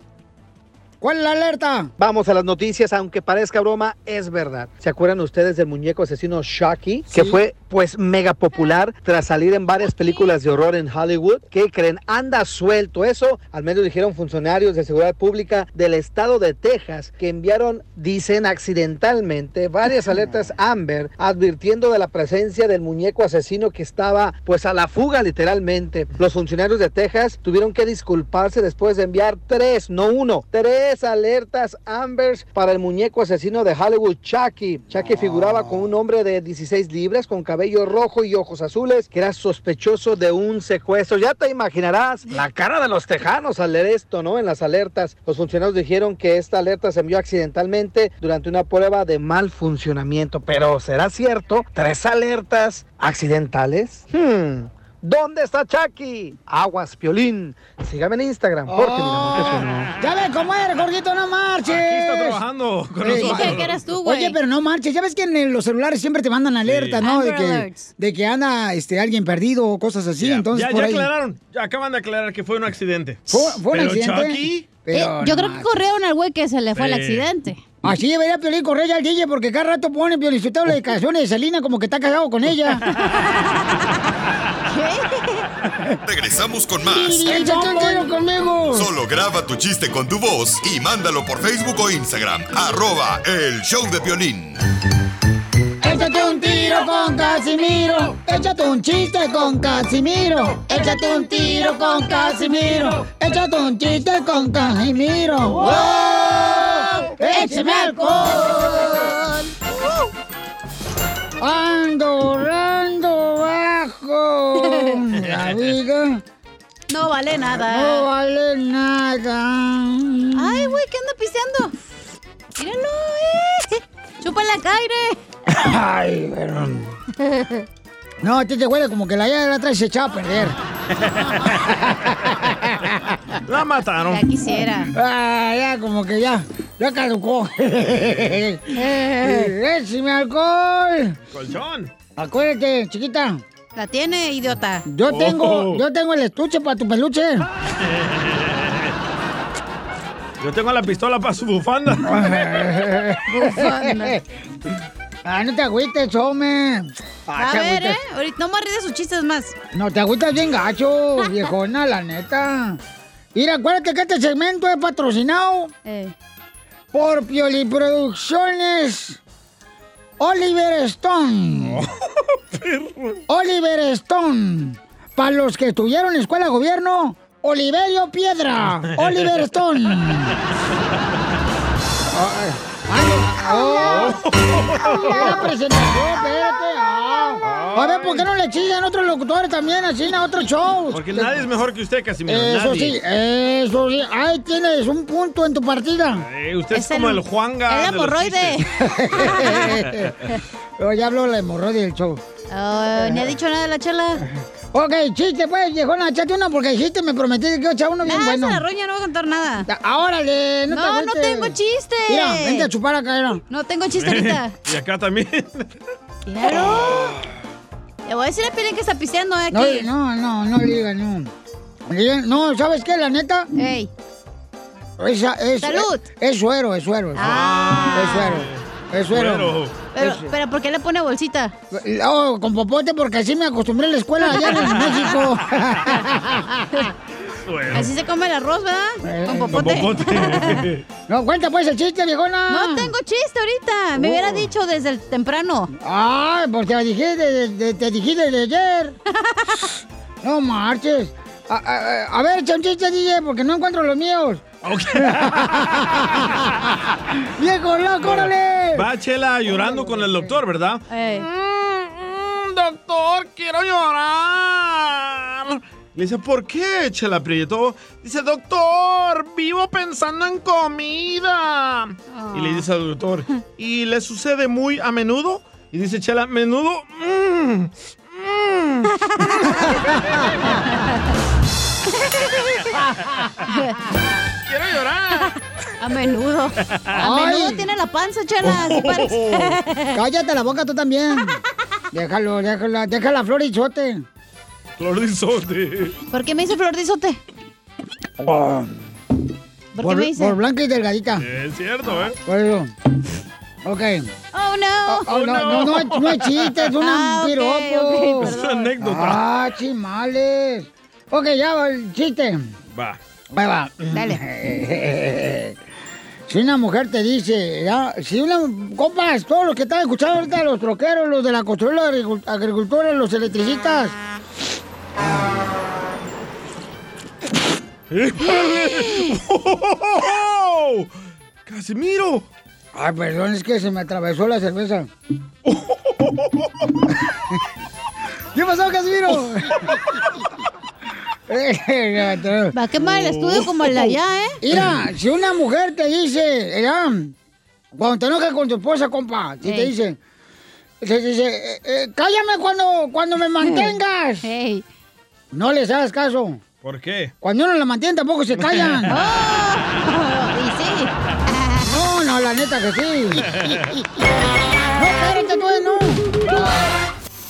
S1: ¿Cuál es la alerta?
S5: Vamos a las noticias, aunque parezca broma, es verdad. ¿Se acuerdan ustedes del muñeco asesino Chucky? Que fue pues mega popular tras salir en varias películas de horror en Hollywood. ¿Qué creen? Anda suelto. Eso al menos dijeron funcionarios de seguridad pública del estado de Texas que enviaron, dicen accidentalmente, varias alertas Amber advirtiendo de la presencia del muñeco asesino que estaba pues a la fuga literalmente. Los funcionarios de Texas tuvieron que disculparse después de enviar tres, no uno, tres tres alertas Ambers para el muñeco asesino de Hollywood, Chucky. Chucky figuraba con un hombre de 16 libras, con cabello rojo y ojos azules, que era sospechoso de un secuestro. Ya te imaginarás la cara de los tejanos al leer esto, ¿no? En las alertas. Los funcionarios dijeron que esta alerta se envió accidentalmente durante una prueba de mal funcionamiento. Pero ¿será cierto? ¿Tres alertas accidentales? Hmm. ¿Dónde está Chucky? Aguas Piolín. Sígame en Instagram, Jorge Miramontes uno.
S1: Ya ves cómo eres, Jorgito, no marches.
S5: Aquí está
S2: trabajando con
S1: Sí.
S2: nosotros.
S1: Oye, pero no marches. Ya ves que en el- los celulares siempre te mandan alerta, ¿no? De
S2: Amber
S1: que,
S2: Alerts.
S1: de que anda este, alguien perdido o cosas así. Entonces,
S2: ya,
S1: por
S2: ya
S1: ahí-
S2: aclararon, ya acaban de aclarar que fue un accidente.
S1: ¿Fue, fue un
S2: Pero
S1: accidente?
S2: Chucky,
S1: Pero
S3: Eh, yo
S1: no
S3: creo que corrieron al güey que se le fue el
S2: Sí.
S3: accidente.
S1: Así debería Piolín correr ya al DJ porque cada rato pone Piolín su
S3: (laughs)
S1: tabla de canciones de Selena como que está casado con ella.
S4: Regresamos con más.
S1: ¡Échate un tiro conmigo!
S4: Solo graba tu chiste con tu voz y mándalo por Facebook o Instagram. Arroba el show de violín.
S1: Échate un tiro con Casimiro. Échate un chiste con Casimiro. Échate un tiro con Casimiro. Échate un chiste con Casimiro. ¡Wow! ¡Échame alcohol! Ando orando bajo.
S3: (laughs)
S1: La vida.
S3: No vale nada.
S1: No vale nada.
S3: Ay, güey, ¿qué anda piseando? Míralo, eh. Chúpale acá,
S1: (laughs)
S3: aire. Eh.
S1: Ay, pero... No, a ti te huele como que la llave la traes echada a perder.
S2: La mataron.
S3: Ya quisiera.
S1: Ah, ya, como que ya. Ya
S3: (laughs)
S1: caducó. ¡Échame alcohol!
S2: colchón. (laughs)
S1: Acuérdate, chiquita.
S3: La tiene, idiota.
S1: Yo
S2: Oh.
S1: tengo, yo tengo el estuche para tu peluche.
S2: Yo tengo la pistola para
S1: (laughs)
S2: su bufanda.
S3: Bufanda.
S1: Ah, no te agüites, hombre. Ah,
S3: A
S1: te
S3: ver, eh.
S1: agüitas.
S3: Ahorita no me ríes de sus chistes más.
S1: No te agüitas bien
S3: (laughs)
S1: gacho, viejona, la neta. Mira, acuérdate que este segmento es patrocinado por Pioli Producciones Oliver Stone. Oliver Stone. Para los que estuvieron en escuela de gobierno, Oliverio Piedra. Oliver Stone. Oh. Era presentación, espérate. ah. A ver, ¿por qué no le chillan otros locutores también, así, a otros shows?
S2: Porque nadie es mejor que usted, Casimiro.
S1: Eso
S2: nadie.
S1: sí, eh. eso sí. Ahí tienes un punto en tu partida.
S2: Eh, usted es, como el, Juanga. de los
S1: (laughs)
S2: chistes.
S1: Pero ya habló la hemorroide del show.
S3: Ah, ni ha dicho nada de la chela.
S1: Ok, chiste, pues, viejona, échate uno porque dijiste, me prometiste que echa uno bien
S3: Ah,
S1: bueno.
S3: esa la roña no va a contar nada.
S1: Ahora le.
S3: No, no tengo chiste.
S1: Mira, vente a chupar acá, era.
S3: No tengo chiste
S1: (laughs)
S3: ahorita.
S2: (laughs) y acá también.
S3: Claro. Le voy a decir a Piolín que está piseando eh,
S1: No,
S3: aquí.
S1: no, no, no diga, no. Diga, No, ¿sabes qué? La neta.
S3: Ey.
S1: Esa, es, eh,
S3: Salud. Ah.
S1: Es, es suero, es suero. es suero. Es suero. Es suero.
S3: Pero,
S1: Es-
S3: pero, ¿por qué le pone bolsita?
S1: Oh, con popote porque así me acostumbré a la escuela allá en México.
S3: Así se come (laughs) el arroz,
S1: Eh.
S3: ¿verdad? Con popote.
S9: (laughs)
S1: no, cuenta pues el chiste, viejona.
S3: No tengo chiste ahorita. Me
S1: Oh.
S3: hubiera dicho desde el temprano.
S1: Ah, porque te dije, de- de- te dije
S3: (laughs)
S1: desde ayer. no marches. A, a- a ver, echa un chiste, DJ, porque no encuentro los míos. (laughs) ¡Viejo loco, órale!
S2: Va Chela llorando con el doctor, ¿verdad?
S9: Mm, Doctor, quiero llorar.
S2: Le dice, ¿por qué, Chela Prieto?
S9: Dice, doctor, vivo pensando en comida.
S2: Y le dice al doctor, ¿y le sucede muy a menudo? Y dice Chela, menudo. mm, mm".
S9: (laughs)
S2: (laughs)
S9: quiero llorar.
S3: A menudo. A
S1: Ay. Oh.
S3: menudo tiene la panza, chela. así parece.
S1: Cállate la boca tú también. Déjalo, déjala, déjala, flor y chote.
S2: Flor de sote.
S3: ¿Por qué me hizo flor de izote? ¿Por qué me dice?
S1: Por blanca y delgadita.
S2: Es cierto, ¿eh?
S1: Por eso. Ok.
S3: (laughs) Oh, no.
S1: Oh, no, no, no, es- no es chiste, es
S3: Ah,
S1: una
S3: ok,
S1: piropo.
S3: ok, perdón.
S2: anécdota.
S1: Ah, chimales. Ok, ya va el chiste.
S2: Va.
S1: Ahí va.
S9: (laughs)
S1: Dale. Si una mujer te dice, ya, si una, compas, todos los que están escuchando ahorita, los troqueros, los de la construcción, los agricul- agricultores, los electricistas.
S2: ¡Wow! ¡Casimiro!
S1: Ay, perdón, es que se me atravesó la cerveza. ¿Qué pasó, Casimiro? Eh, Va
S3: a quemar el estudio como el de allá, ¿eh?
S1: Mira, si una mujer te dice, mira, cuando te enojas con tu esposa, compa, si te
S9: Ey.
S1: dice, te dice, eh, eh, cállame cuando, cuando me mantengas. No les hagas caso.
S2: ¿Por qué?
S1: Cuando uno la mantiene tampoco
S3: (laughs)
S1: se callan. No, no, la neta que sí.
S3: (laughs)
S1: No, espérate, tú no.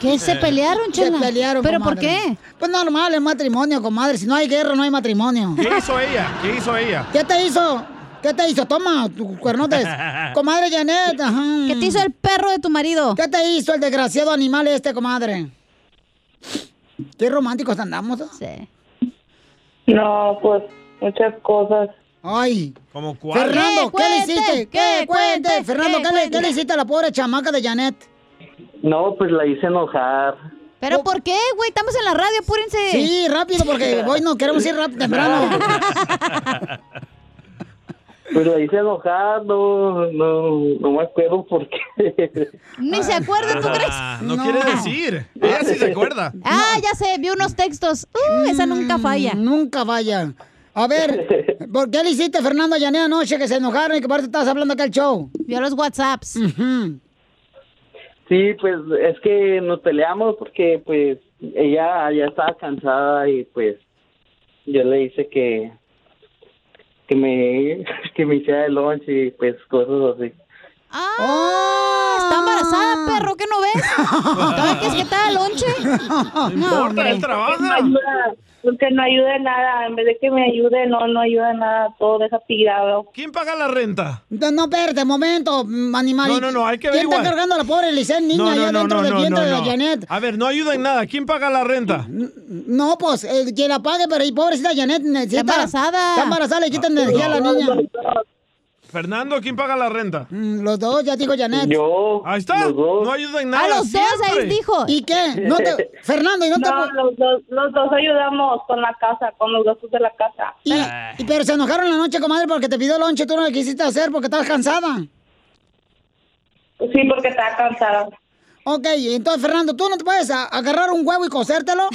S3: ¿Qué? ¿Se pelearon, chela?
S1: Se pelearon,
S3: ¿Pero por
S1: comadre.
S3: qué?
S1: Pues normal, es matrimonio, comadre. Si no hay guerra, no hay matrimonio.
S2: ¿Qué hizo ella? ¿Qué hizo ella?
S1: ¿Qué te hizo? ¿Qué te hizo? Toma, tus
S2: (laughs)
S1: cuernotes. Comadre Janet, ajá. ¿Qué te hizo
S3: el perro de tu marido?
S1: ¿Qué te hizo el desgraciado animal este, comadre? Qué románticos andamos. Sí.
S20: (laughs) No, pues muchas cosas.
S1: Ay.
S2: ¿Como cuál?
S1: Fernando, ¿qué le hiciste? ¿Qué
S20: ¿Qué cuente?
S1: cuente? Fernando,
S20: ¿Qué
S1: ¿qué le- ¿qué
S20: cuente?
S1: le hiciste a la pobre chamaca de Janet?
S18: No, pues la hice enojar.
S3: ¿Pero por qué, güey? Estamos en la radio, apúrense.
S1: Oh. Sí, rápido, porque
S3: (laughs)
S1: hoy no queremos ir rápido, temprano.
S18: (laughs) Pues la hice enojar, no, no, no me acuerdo por qué. (laughs)
S3: Ni se acuerda, ¿tú crees?
S2: Ah, no, quiere decir. Ella sí se acuerda.
S3: Ah, ya sé, vi unos textos. Uh, esa nunca falla.
S1: Mm, Nunca falla. A ver, ¿por qué le hiciste a Fernando Llané anoche que se enojaron y que parte estabas hablando acá el show?
S3: Vio los WhatsApps.
S18: Sí, pues es que nos peleamos porque pues ella ya estaba cansada y pues yo le hice que que me (laughs) que me hiciera el lunch y pues cosas así.
S3: Ah, está
S1: Ah.
S3: embarazada, perro, ¿qué no ves? ¿Todavía quieres que te haga lonche?
S20: hombre. Porque no ayuda- Porque no ayuda en nada, en vez de que me ayude, no, no ayuda en nada, todo deja tirado.
S2: ¿Quién paga la renta?
S1: No, no, espérate, momento, mm, animal.
S2: No, no, no, hay que
S1: ¿Quién
S2: averiguar.
S1: está cargando a la pobre Licen, niña, allá dentro del vientre de Janet? Mm,
S2: A ver, no ayuda en nada. ¿Quién paga la renta?
S1: No, pues, eh, que la pague, pero y pobrecita Janet necesita... Está embarazada. Está embarazada, le
S2: Ah,
S1: quita energía a la niña.
S2: Fernando, ¿quién paga la renta?
S1: Los dos, ya dijo Mm, Janet.
S18: Yo.
S2: Ahí está. No ayuda en nada.
S1: A los dos, ahí
S2: siempre.
S1: dijo. ¿Y qué? No te- Fernando, ¿y no te pu-
S20: los dos, los dos ayudamos con la casa, con los gastos de la casa.
S1: Y,
S2: Ah,
S1: y- pero se enojaron la noche, comadre, porque te pidió lonche, tú no lo quisiste hacer porque estabas cansada.
S20: Sí, porque estaba cansada.
S1: Ok, entonces, Fernando, ¿tú no te puedes a- agarrar un huevo y cosértelo?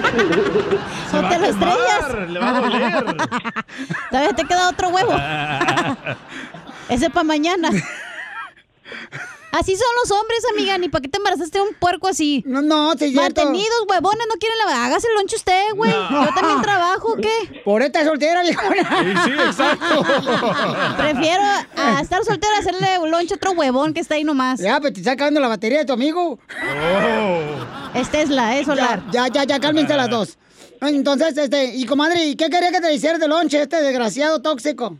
S3: ¿O te lo
S1: estrellas?
S2: Le va
S1: (laughs)
S2: a doler.
S3: Todavía te queda otro huevo. Ese para mañana. Así son los hombres, amiga. Ni para qué te embarazaste de un puerco así.
S1: No, no, te cierto.
S3: Mantenidos, huevones, no quieren la. Hágase el lonche usted, güey. Yo también trabajo, ¿qué?
S1: Por esta soltera, viejona.
S2: (laughs) Sí, sí, exacto.
S3: Prefiero a estar soltera hacerle un lonche a otro huevón que está ahí nomás.
S1: Ya, pero te está acabando la batería de tu amigo.
S2: Oh,
S3: Oh. Esta es la, es solar.
S1: Ya, ya, ya, cálmense las dos. Entonces, este, y comadre, ¿y qué quería que te hiciera de lonche este desgraciado tóxico?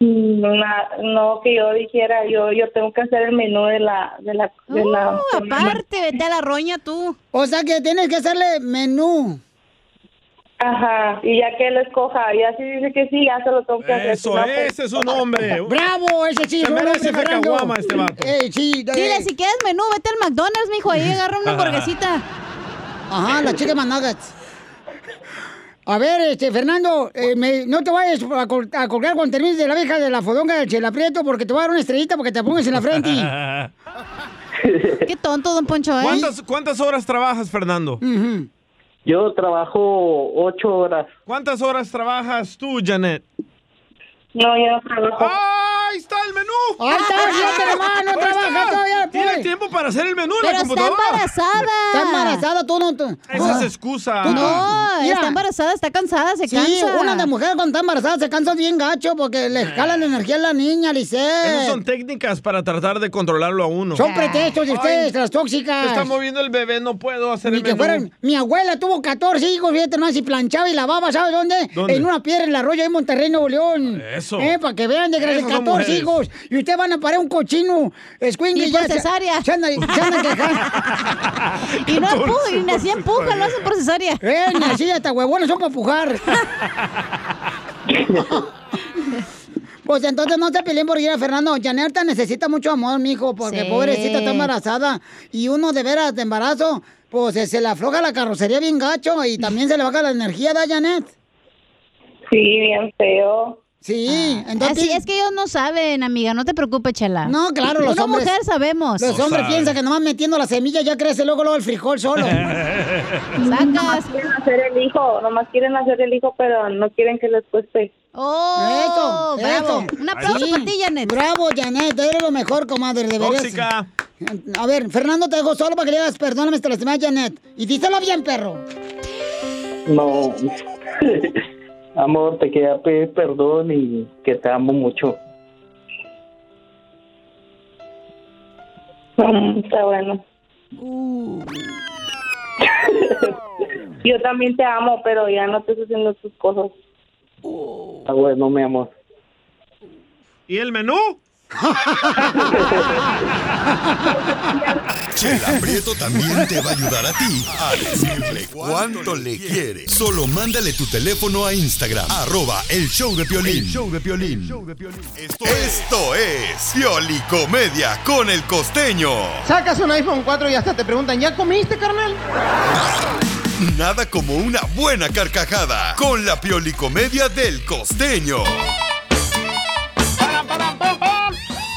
S20: Na- no que yo dijera, yo yo tengo que hacer el menú de la de la de la
S3: Uh, aparte, vete a la roña tú.
S1: Oh, O sea que tienes que hacerle menú.
S20: Ajá, y ya que él escoja, ya si dice que sí, ya se lo tengo que hacer. si
S2: Eso,
S20: no, pues-
S2: ese es un
S1: (laughs)
S2: hombre.
S1: ¡Bravo! Ese sí,
S2: Se
S1: es un
S2: merece
S1: hombre,
S2: esa
S1: Fernando.
S2: caguama este vato.
S1: Eh, sí, eh.
S3: Dile, si quieres menú, vete al McDonald's, mijo. Ahí agarra
S2: (laughs)
S3: una hamburguesita.
S1: Ajá, Ah, la chica Nuggets. A ver, este, Fernando, eh, me- no te vayas a, col- a colgar cuando termines de la vieja de la fodonga del chelaprieto porque te va a dar una estrellita porque te pongas en la frente.
S3: (laughs) Qué tonto, don Poncho, ¿eh?
S2: (laughs) ¿Cuántas, cuántas horas trabajas, Fernando?
S18: Yo trabajo ocho horas.
S2: ¿Cuántas horas trabajas tú, Janet?
S20: No, yo no trabajo.
S2: ¡Ahí está el menú!
S1: ¡Ahí está, fíjate nomás, no
S2: Ah, Ahí
S1: trabaja
S2: está.
S1: todavía el
S2: Tiene
S1: pobre.
S2: tiempo para hacer el menú en la
S1: Pero está
S2: computadora.
S3: embarazada.
S1: Está embarazada, tú no. tú-
S2: Esa es
S1: Ah.
S2: excusa.
S1: Tú
S3: No,
S1: Mira.
S3: está embarazada, está cansada, se
S1: Sí,
S3: cansa.
S1: una de mujer cuando está embarazada se cansa bien gacho porque le jala la energía a la niña,
S2: Esas
S1: Lice.
S2: son técnicas para tratar de controlarlo a uno.
S1: Son pretextos de ustedes, las
S2: Se
S1: tóxicas.
S2: está moviendo el bebé, no puedo hacer
S1: Ni
S2: el
S1: que
S2: menú.
S1: fueran, mi abuela tuvo 14 hijos, fíjate nomás, y planchaba y lavaba, ¿sabes dónde?
S2: ¿Dónde?
S1: En una piedra en el arroyo en Monterrey, Nuevo León.
S2: Eso.
S1: Eh, para que vean, de gracias,
S2: Esas son
S1: 14
S2: mujeres.
S1: hijos. Y ustedes van a parar un cochino. Escuingle
S3: Y por
S1: se-
S3: cesárea.
S1: Se andan, se
S3: (laughs)
S1: andan quejando.
S3: Y no empuja, y nací empuja, lo hacen por cesárea.
S1: Eh, nací hasta huevones, son
S3: (laughs)
S1: para pujar. Pues entonces no se peleen por ir a Fernando. Janeta necesita mucho amor, mijo, porque
S3: Sí.
S1: pobrecita está embarazada. Y uno de veras de embarazo, pues se, se le afloja la carrocería bien gacho y también se le baja la energía, ¿da, Janet?
S20: Sí, bien feo.
S1: Sí, entonces...
S3: Así Ah, es que ellos no saben, amiga, no te preocupes, chela.
S1: No, claro, los
S3: Una
S1: hombres...
S3: mujer sabemos.
S1: Los hombres piensan que nomás metiendo la semilla ya crece luego, luego el frijol solo.
S9: (laughs)
S20: Nomás quieren hacer el hijo, nomás quieren hacer el hijo, pero no quieren que les cueste.
S3: ¡Oh!
S1: Eso,
S3: bravo.
S1: eso.
S3: Un aplauso
S1: Sí.
S3: para ti, Janet.
S1: Bravo, Janet, eres lo mejor, comadre, de veras.
S2: Tóxica.
S1: A ver, Fernando, te dejo solo para que le digas perdóname, te lastimé Janet. Y díselo bien, perro.
S18: No. (laughs) Amor, te quería pedir perdón y que te amo mucho.
S20: Mm, Está bueno.
S2: Uh.
S20: (laughs) Yo también te amo, pero ya no estés haciendo tus
S2: (laughs)
S20: cosas.
S18: Ah, Está bueno, mi amor.
S2: ¿Y el menú?
S4: Chela Prieto también te va a ayudar a ti (laughs) a decirle cuánto le quiere. Solo mándale tu teléfono a Instagram, arroba el show de Piolín.
S9: El
S4: show de Piolín. Esto, Esto es Pioli Comedia con el costeño.
S11: Sacas un iPhone 4 y hasta te preguntan, ¿ya comiste, carnal?
S4: Nada como una buena carcajada con la Pioli Comedia del costeño.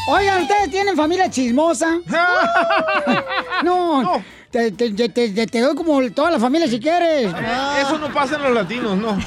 S1: Oigan, ¿ustedes tienen familia chismosa? (laughs) no. Te, te- te- te- te doy como toda la familia si quieres.
S2: Eso no pasa en los
S1: (laughs)
S2: latinos, no.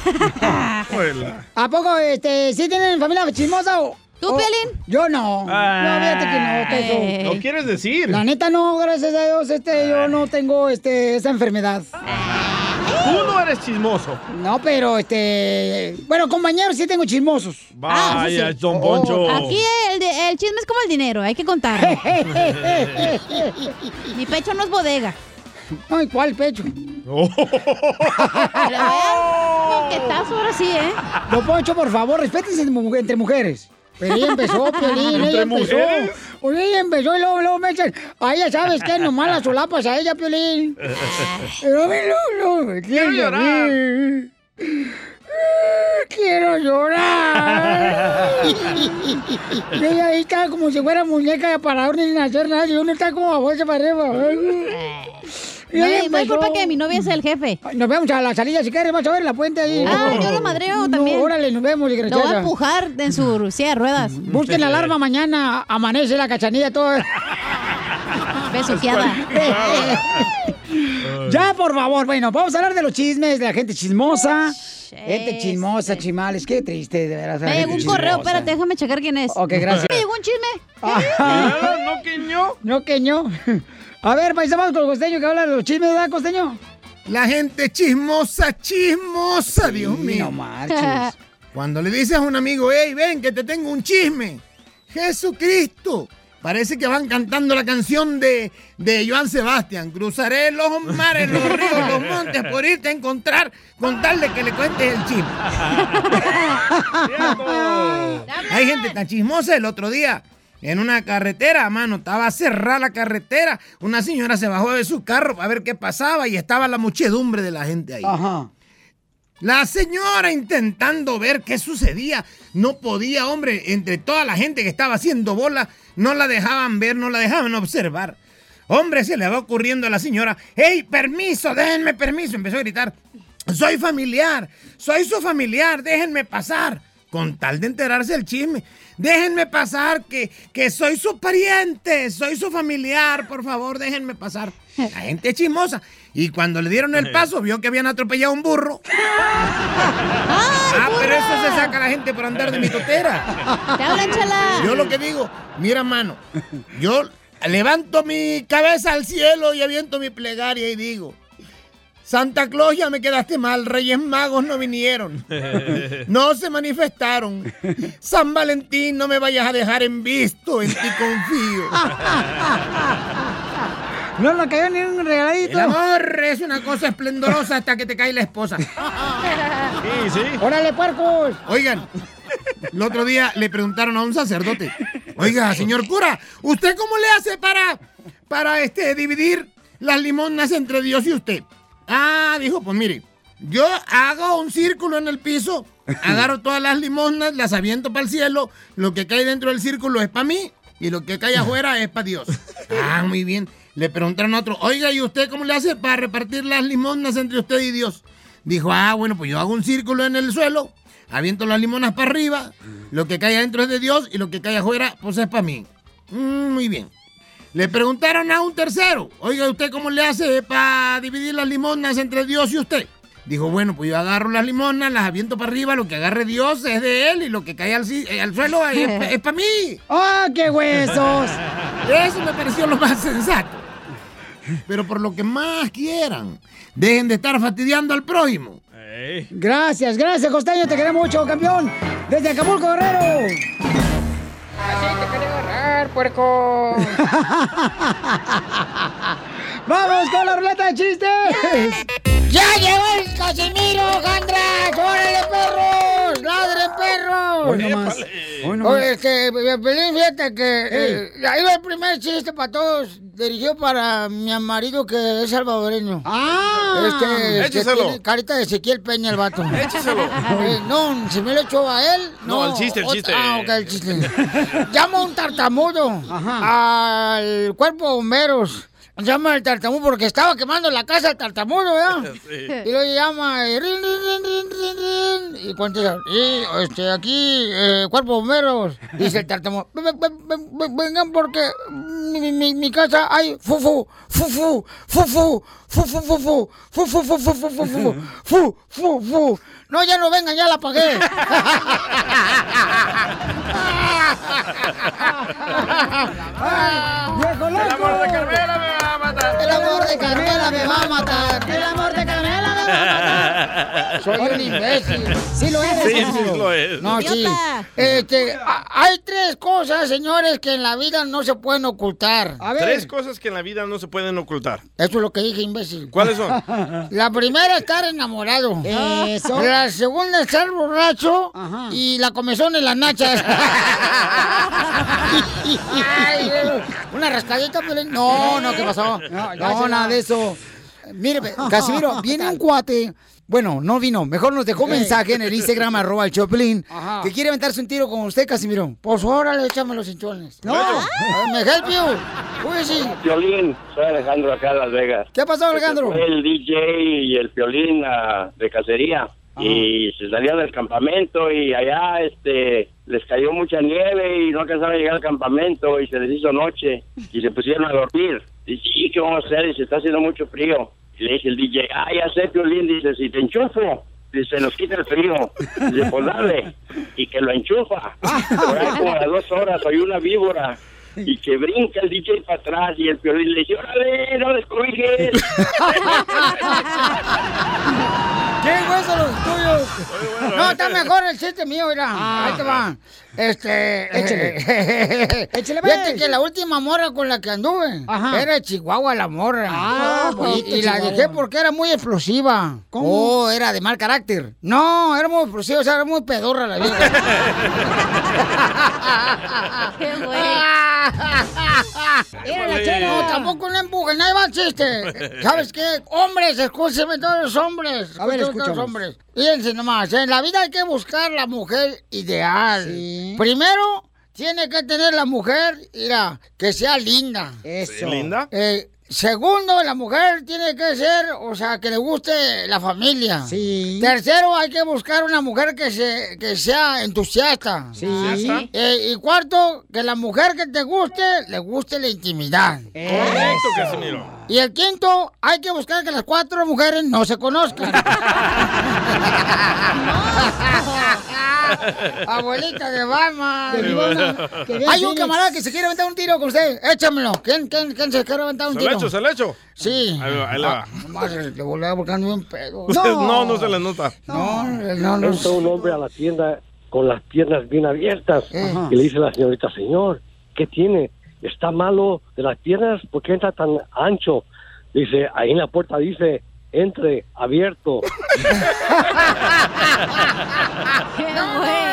S2: Juela.
S1: ¿A poco este, sí tienen familia chismosa o.? ¿Tú, Pelín? Yo no. No, fíjate que no, que eso-
S2: No Ah. quieres decir.
S1: La neta no, gracias a Dios, este, yo no tengo este, esa enfermedad.
S2: Tú no eres chismoso.
S1: No, pero este. Bueno, compañeros sí tengo chismosos.
S2: Ah, eso sí. Vaya, don Poncho.
S3: Oh, Aquí el, de- el chisme es como el dinero, hay que
S1: (laughs)
S3: contar. Mi pecho no es bodega.
S1: Ay, ¿cuál pecho?
S2: Oh.
S1: (laughs)
S3: ¿Qué estás ahora sí, eh?
S1: Don Poncho, por favor, respétense entre mu- entre mujeres. Pero ella empezó, Piolín,
S9: ¿Entre
S1: ella empezó.
S9: mujeres?
S1: Oye, ella empezó y luego, luego me dicen, a ella, ¿sabes qué? Nomás las solapas a ella, Piolín. Pero a mí no, no, quiero
S9: llorar.
S1: llorar. Ah, Quiero llorar.
S3: (laughs)
S1: Y ella ahí está como si fuera muñeca de parador ni hacer nada. Y uno está como a bolsa para arriba. Eh. Y
S3: No,
S1: ella
S3: no hay
S1: empezó.
S3: culpa que mi novia es el jefe.
S1: Nos vemos a la salida si quieres, vas a ver la puente ahí.
S3: Ah, yo lo madreo también.
S1: órale, nos vemos,
S3: Lo voy a
S1: desgraciada.
S3: empujar en su silla de ruedas.
S1: Busquen
S3: (laughs)
S1: la
S2: (laughs)
S1: alarma mañana, amanece la cachanilla toda.
S3: Besuqueada.
S1: (laughs) ya, por favor, bueno, vamos a hablar de los chismes, de la gente chismosa. Gente chismosa, chimales, qué triste, de veras. la
S3: Me
S1: gente
S3: llegó un correo,
S1: chismosa.
S3: espérate, déjame checar quién es.
S1: Ok, gracias.
S3: Me llegó un chisme.
S1: ¿No queñó? ¿No queñó? (laughs) A ver, paisa, vamos con el costeño que habla de los chismes, ¿verdad, costeño?
S12: La gente chismosa, chismosa, Dios mío.
S1: no marches.
S12: Cuando le dices a un amigo, hey, ven, que te tengo un chisme. Jesucristo. Parece que van cantando la canción de, de Joan Sebastián. Cruzaré los mares, los ríos, los montes por irte a encontrar con tal de que le cuentes el chisme. Hay gente tan chismosa el otro día. En una carretera, mano, estaba cerrada la carretera. Una señora se bajó de su carro para ver qué pasaba y estaba la muchedumbre de la gente ahí. La señora intentando ver qué sucedía. No podía, hombre, entre toda la gente que estaba haciendo bola, no la dejaban ver, no la dejaban observar. Hombre, se le va ocurriendo a la señora, ¡Ey, permiso, déjenme permiso! Empezó a gritar, soy familiar, soy su familiar, déjenme pasar. Con tal de enterarse del chisme, déjenme pasar, que, que soy su pariente, soy su familiar, por favor, déjenme pasar. La gente es chismosa. Y cuando le dieron el paso, vio que habían atropellado a un burro. ah, pero eso se saca la gente por andar de mitotera.
S9: Te hablan, chala.
S12: Yo lo que digo, mira, mano, yo levanto mi cabeza al cielo y aviento mi plegaria y digo, Santa Claus ya me quedaste mal, Reyes Magos no vinieron. No se manifestaron. San Valentín, no me vayas a dejar en visto, en ti confío.
S1: (laughs) No nos cayó ni un regaladito.
S12: El amor es una cosa esplendorosa hasta que te cae
S1: (laughs)
S12: la esposa. Sí, sí.
S1: ¡Órale, puercos!
S12: Oigan, el otro día le preguntaron a un sacerdote, oiga, señor cura, ¿usted cómo le hace para, para este, dividir las limonas entre Dios y usted? Ah, dijo, pues mire, yo hago un círculo en el piso, agarro todas las limonas, las aviento para el cielo, lo que cae dentro del círculo es para mí y lo que cae afuera es para Dios. Ah, muy bien. Le preguntaron a otro, oiga, ¿y usted cómo le hace para repartir las limonas entre usted y Dios? Dijo, ah, bueno, pues yo hago un círculo en el suelo, aviento las limonas para arriba, lo que cae adentro es de Dios y lo que cae afuera, pues es para mí. Mm, muy bien. Le preguntaron a un tercero, oiga, ¿usted cómo le hace para dividir las limonas entre Dios y usted? Dijo, bueno, pues yo agarro las limonas, las aviento para arriba, lo que agarre Dios es de él y lo que cae al, ci- eh, al suelo es,
S1: (laughs)
S12: para mí.
S1: ¡Ah, qué huesos!
S12: Eso me pareció lo más sensato. Pero por lo que más quieran, dejen de estar fastidiando al prójimo.
S1: Gracias, gracias, costeño, te queremos mucho, campeón. Desde Acapulco, Guerrero.
S9: puerco!
S1: (laughs) ¡Vamos con la ruleta de chistes!
S9: ¡Ya llegó
S1: el Casimiro, Gandra! ¡Órale, perros! ¡Ladren, perro! Hoy nomás. Hoy nomás. Oye, este, Pelín, fíjate que eh, ahí va el primer chiste para todos, dirigido para mi marido que es salvadoreño. ¡Ah! Este, este
S2: Écheselo.
S1: tiene carita de Ezequiel Peña el vato.
S2: Écheselo.
S1: Eh, no, si me lo echó a él. No,
S2: No, el chiste, el
S1: ot-
S2: chiste.
S1: Ah, ok, el (laughs) chiste. Llama un tartamudo al cuerpo de bomberos. Llama al tartamudo porque estaba quemando la casa del tartamudo, ¿verdad?
S9: Sí.
S1: Y lo llama y, rin, rin, rin, rin, rin, rin, y contesta, "Y, este, aquí, eh, cuerpo de bomberos, dice el tartamudo, "Ven, ven, ven, ven, ven, vengan porque mi, mi- mi casa hay fufu, fufu, fufu, fufu, fufu, fufu, fufu, fufu, fufu, fu, fu, fu. No, ya no vengan, ya la apagué. ¡Viejo loco! El amor de Carmela me va a matar. El amor de Carmela me va a matar. El amor de Carmela me va a matar. Soy (laughs) un imbécil. Sí lo eres.
S9: Sí,
S1: ¿no?
S9: sí lo
S2: Eh,
S9: es.
S1: No, sí.
S9: Idiota.
S1: Este, a- hay tres cosas, señores, que en la vida no se pueden ocultar. A ver.
S2: Tres cosas que en la vida no se pueden ocultar.
S1: Eso es lo que dije, imbécil.
S2: ¿Cuáles son?
S1: (laughs) La primera, estar enamorado.
S2: Eso.
S1: La segunda, estar borracho. Y la comezón en las (laughs) nachas. Ay, una rascadita, pero... No, no, ¿qué pasó? No,
S9: gracias,
S1: nada
S9: no.
S1: de eso. Mire, (laughs) Casimiro, viene un cuate... Bueno, no vino. Mejor nos dejó
S9: Ey.
S1: mensaje en el Instagram, arroba el Choplin,
S9: Ajá.
S1: que quiere aventarse un tiro con usted, Casimiro. Pues órale, échame los hinchones. No, me help you. Uy, sí.
S21: Piolín, soy Alejandro acá de Las Vegas.
S1: ¿Qué pasó, Alejandro?
S21: Fue El DJ y el Piolín ah, de cacería.
S1: Ah.
S21: Y se salían del campamento y allá este les cayó mucha nieve y no alcanzaron a llegar al campamento y se les hizo noche y se pusieron a dormir. Dice, ¿y qué vamos a hacer? Dice, está haciendo mucho frío. Y le dice el DJ, ah, ya sé, Piolín, dice, si te enchufo, dice, nos quita el frío. Dice, pues dale. Y que lo enchufa. Por ahí como a las dos horas, soy una víbora. Y que brinca el DJ para atrás y el Piolín le dice, órale, no descobijes.
S1: ¿Qué huesos pues, los tuyos?
S9: eh.
S1: no, está mejor el chiste mío, mira. Ah. Ahí te va. Este.
S9: Ah.
S1: (laughs)
S9: Échale.
S1: Échale,
S9: pues.
S1: Fíjate que la última morra con la que anduve
S9: Ajá.
S1: era de Chihuahua la morra.
S9: Ah,
S1: Y-
S9: bonito
S1: pues, y, la
S9: Chihuahua.
S1: dejé porque era muy explosiva.
S9: ¿Cómo?
S1: Oh, era de mal carácter. No, era muy explosiva, o sea, era muy pedorra
S9: (laughs)
S1: la vida.
S9: ¡Qué
S1: Era
S9: Épale.
S1: la chela. No, tampoco no empujen, ahí va el chiste. ¿Sabes qué? Hombres, escúcheme todos los hombres.
S9: A ver,
S1: escúcheme todos
S9: escuchamos.
S1: los hombres. Fíjense nomás, en la vida hay que buscar la mujer (laughs) ideal. Primero, tiene que tener la mujer, mira, que sea linda.
S2: Sí, linda.
S1: Eh, segundo, la mujer tiene que ser, o sea, que le guste la familia. Sí. Tercero, hay que buscar una mujer que, se, que sea entusiasta. Sí.
S9: ¿Entusiasta?
S1: y cuarto, que la mujer que te guste, le guste la intimidad.
S2: Correcto, Casimiro.
S1: Y el quinto, hay que buscar que las cuatro mujeres no se conozcan. (laughs) Abuelita de Barma.
S9: Que viva una- que viva
S1: Hay un
S9: Phoenix.
S1: camarada que se quiere aventar un tiro con usted. Échamelo. ¿Quién, quién, quién se quiere aventar un
S2: ¿Se lo
S1: tiro?
S2: echo, se lo echo?
S1: Sí. Ah,
S2: Ahí va, ahí le va.
S1: Le volé buscando un
S22: (laughs)
S1: pedo.
S2: (laughs) No. no, se le nota.
S1: No, no, no.
S22: Entra un hombre a la tienda con las piernas bien abiertas
S1: Ajá.
S22: y le dice la señorita, señor, ¿qué tiene? ¿Está malo de las piernas? ¿Por qué entra tan ancho? Dice, ahí en la puerta dice, entre, abierto.
S1: No,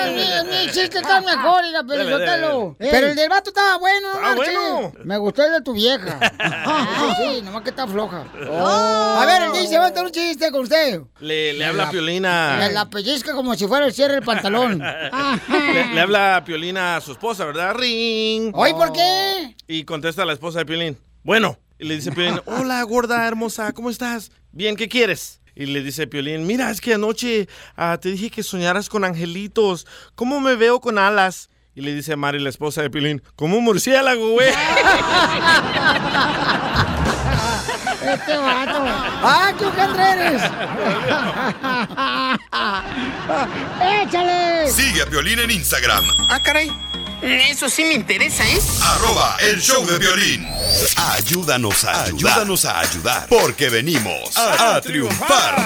S1: mi, mi chiste está mejor, mira, pero
S22: Dale, dale,
S1: Sotelo.
S22: dale.
S1: Pero
S22: Ey.
S1: el del vato estaba bueno, ¿no?
S9: Está
S1: marches?
S9: bueno.
S1: Me gustó el de tu vieja. Ah, Sí, sí, nomás que está floja.
S9: Oh.
S1: A ver, el DJ va a hacer un chiste con usted.
S2: Le, le habla a
S1: Me
S2: Piolina.
S1: la pellizca como si fuera el cierre del pantalón.
S2: Le, le habla a Piolina a su esposa, ¿verdad? Ring.
S1: ¿Hoy por qué?
S2: Y contesta la esposa de Piolín. Bueno. Y le
S1: (laughs)
S2: dice Piolín, hola gorda, hermosa, ¿cómo estás? Bien, ¿qué quieres? Y le dice Piolín, mira, es que anoche ah, te dije que soñaras con angelitos. ¿Cómo me veo con alas? Y le dice Mari, la esposa de Piolín, como un murciélago, güey.
S1: Este vato. ¡Ah, qué ojandre eres! ¡Échale!
S4: Sigue a Piolín en Instagram,
S13: Ah, caray. Eso sí me interesa, ¿eh?
S4: arroba el show de Piolín. Ayúdanos a ayudar. Ayúdanos a ayudar. Porque venimos a, a triunfar.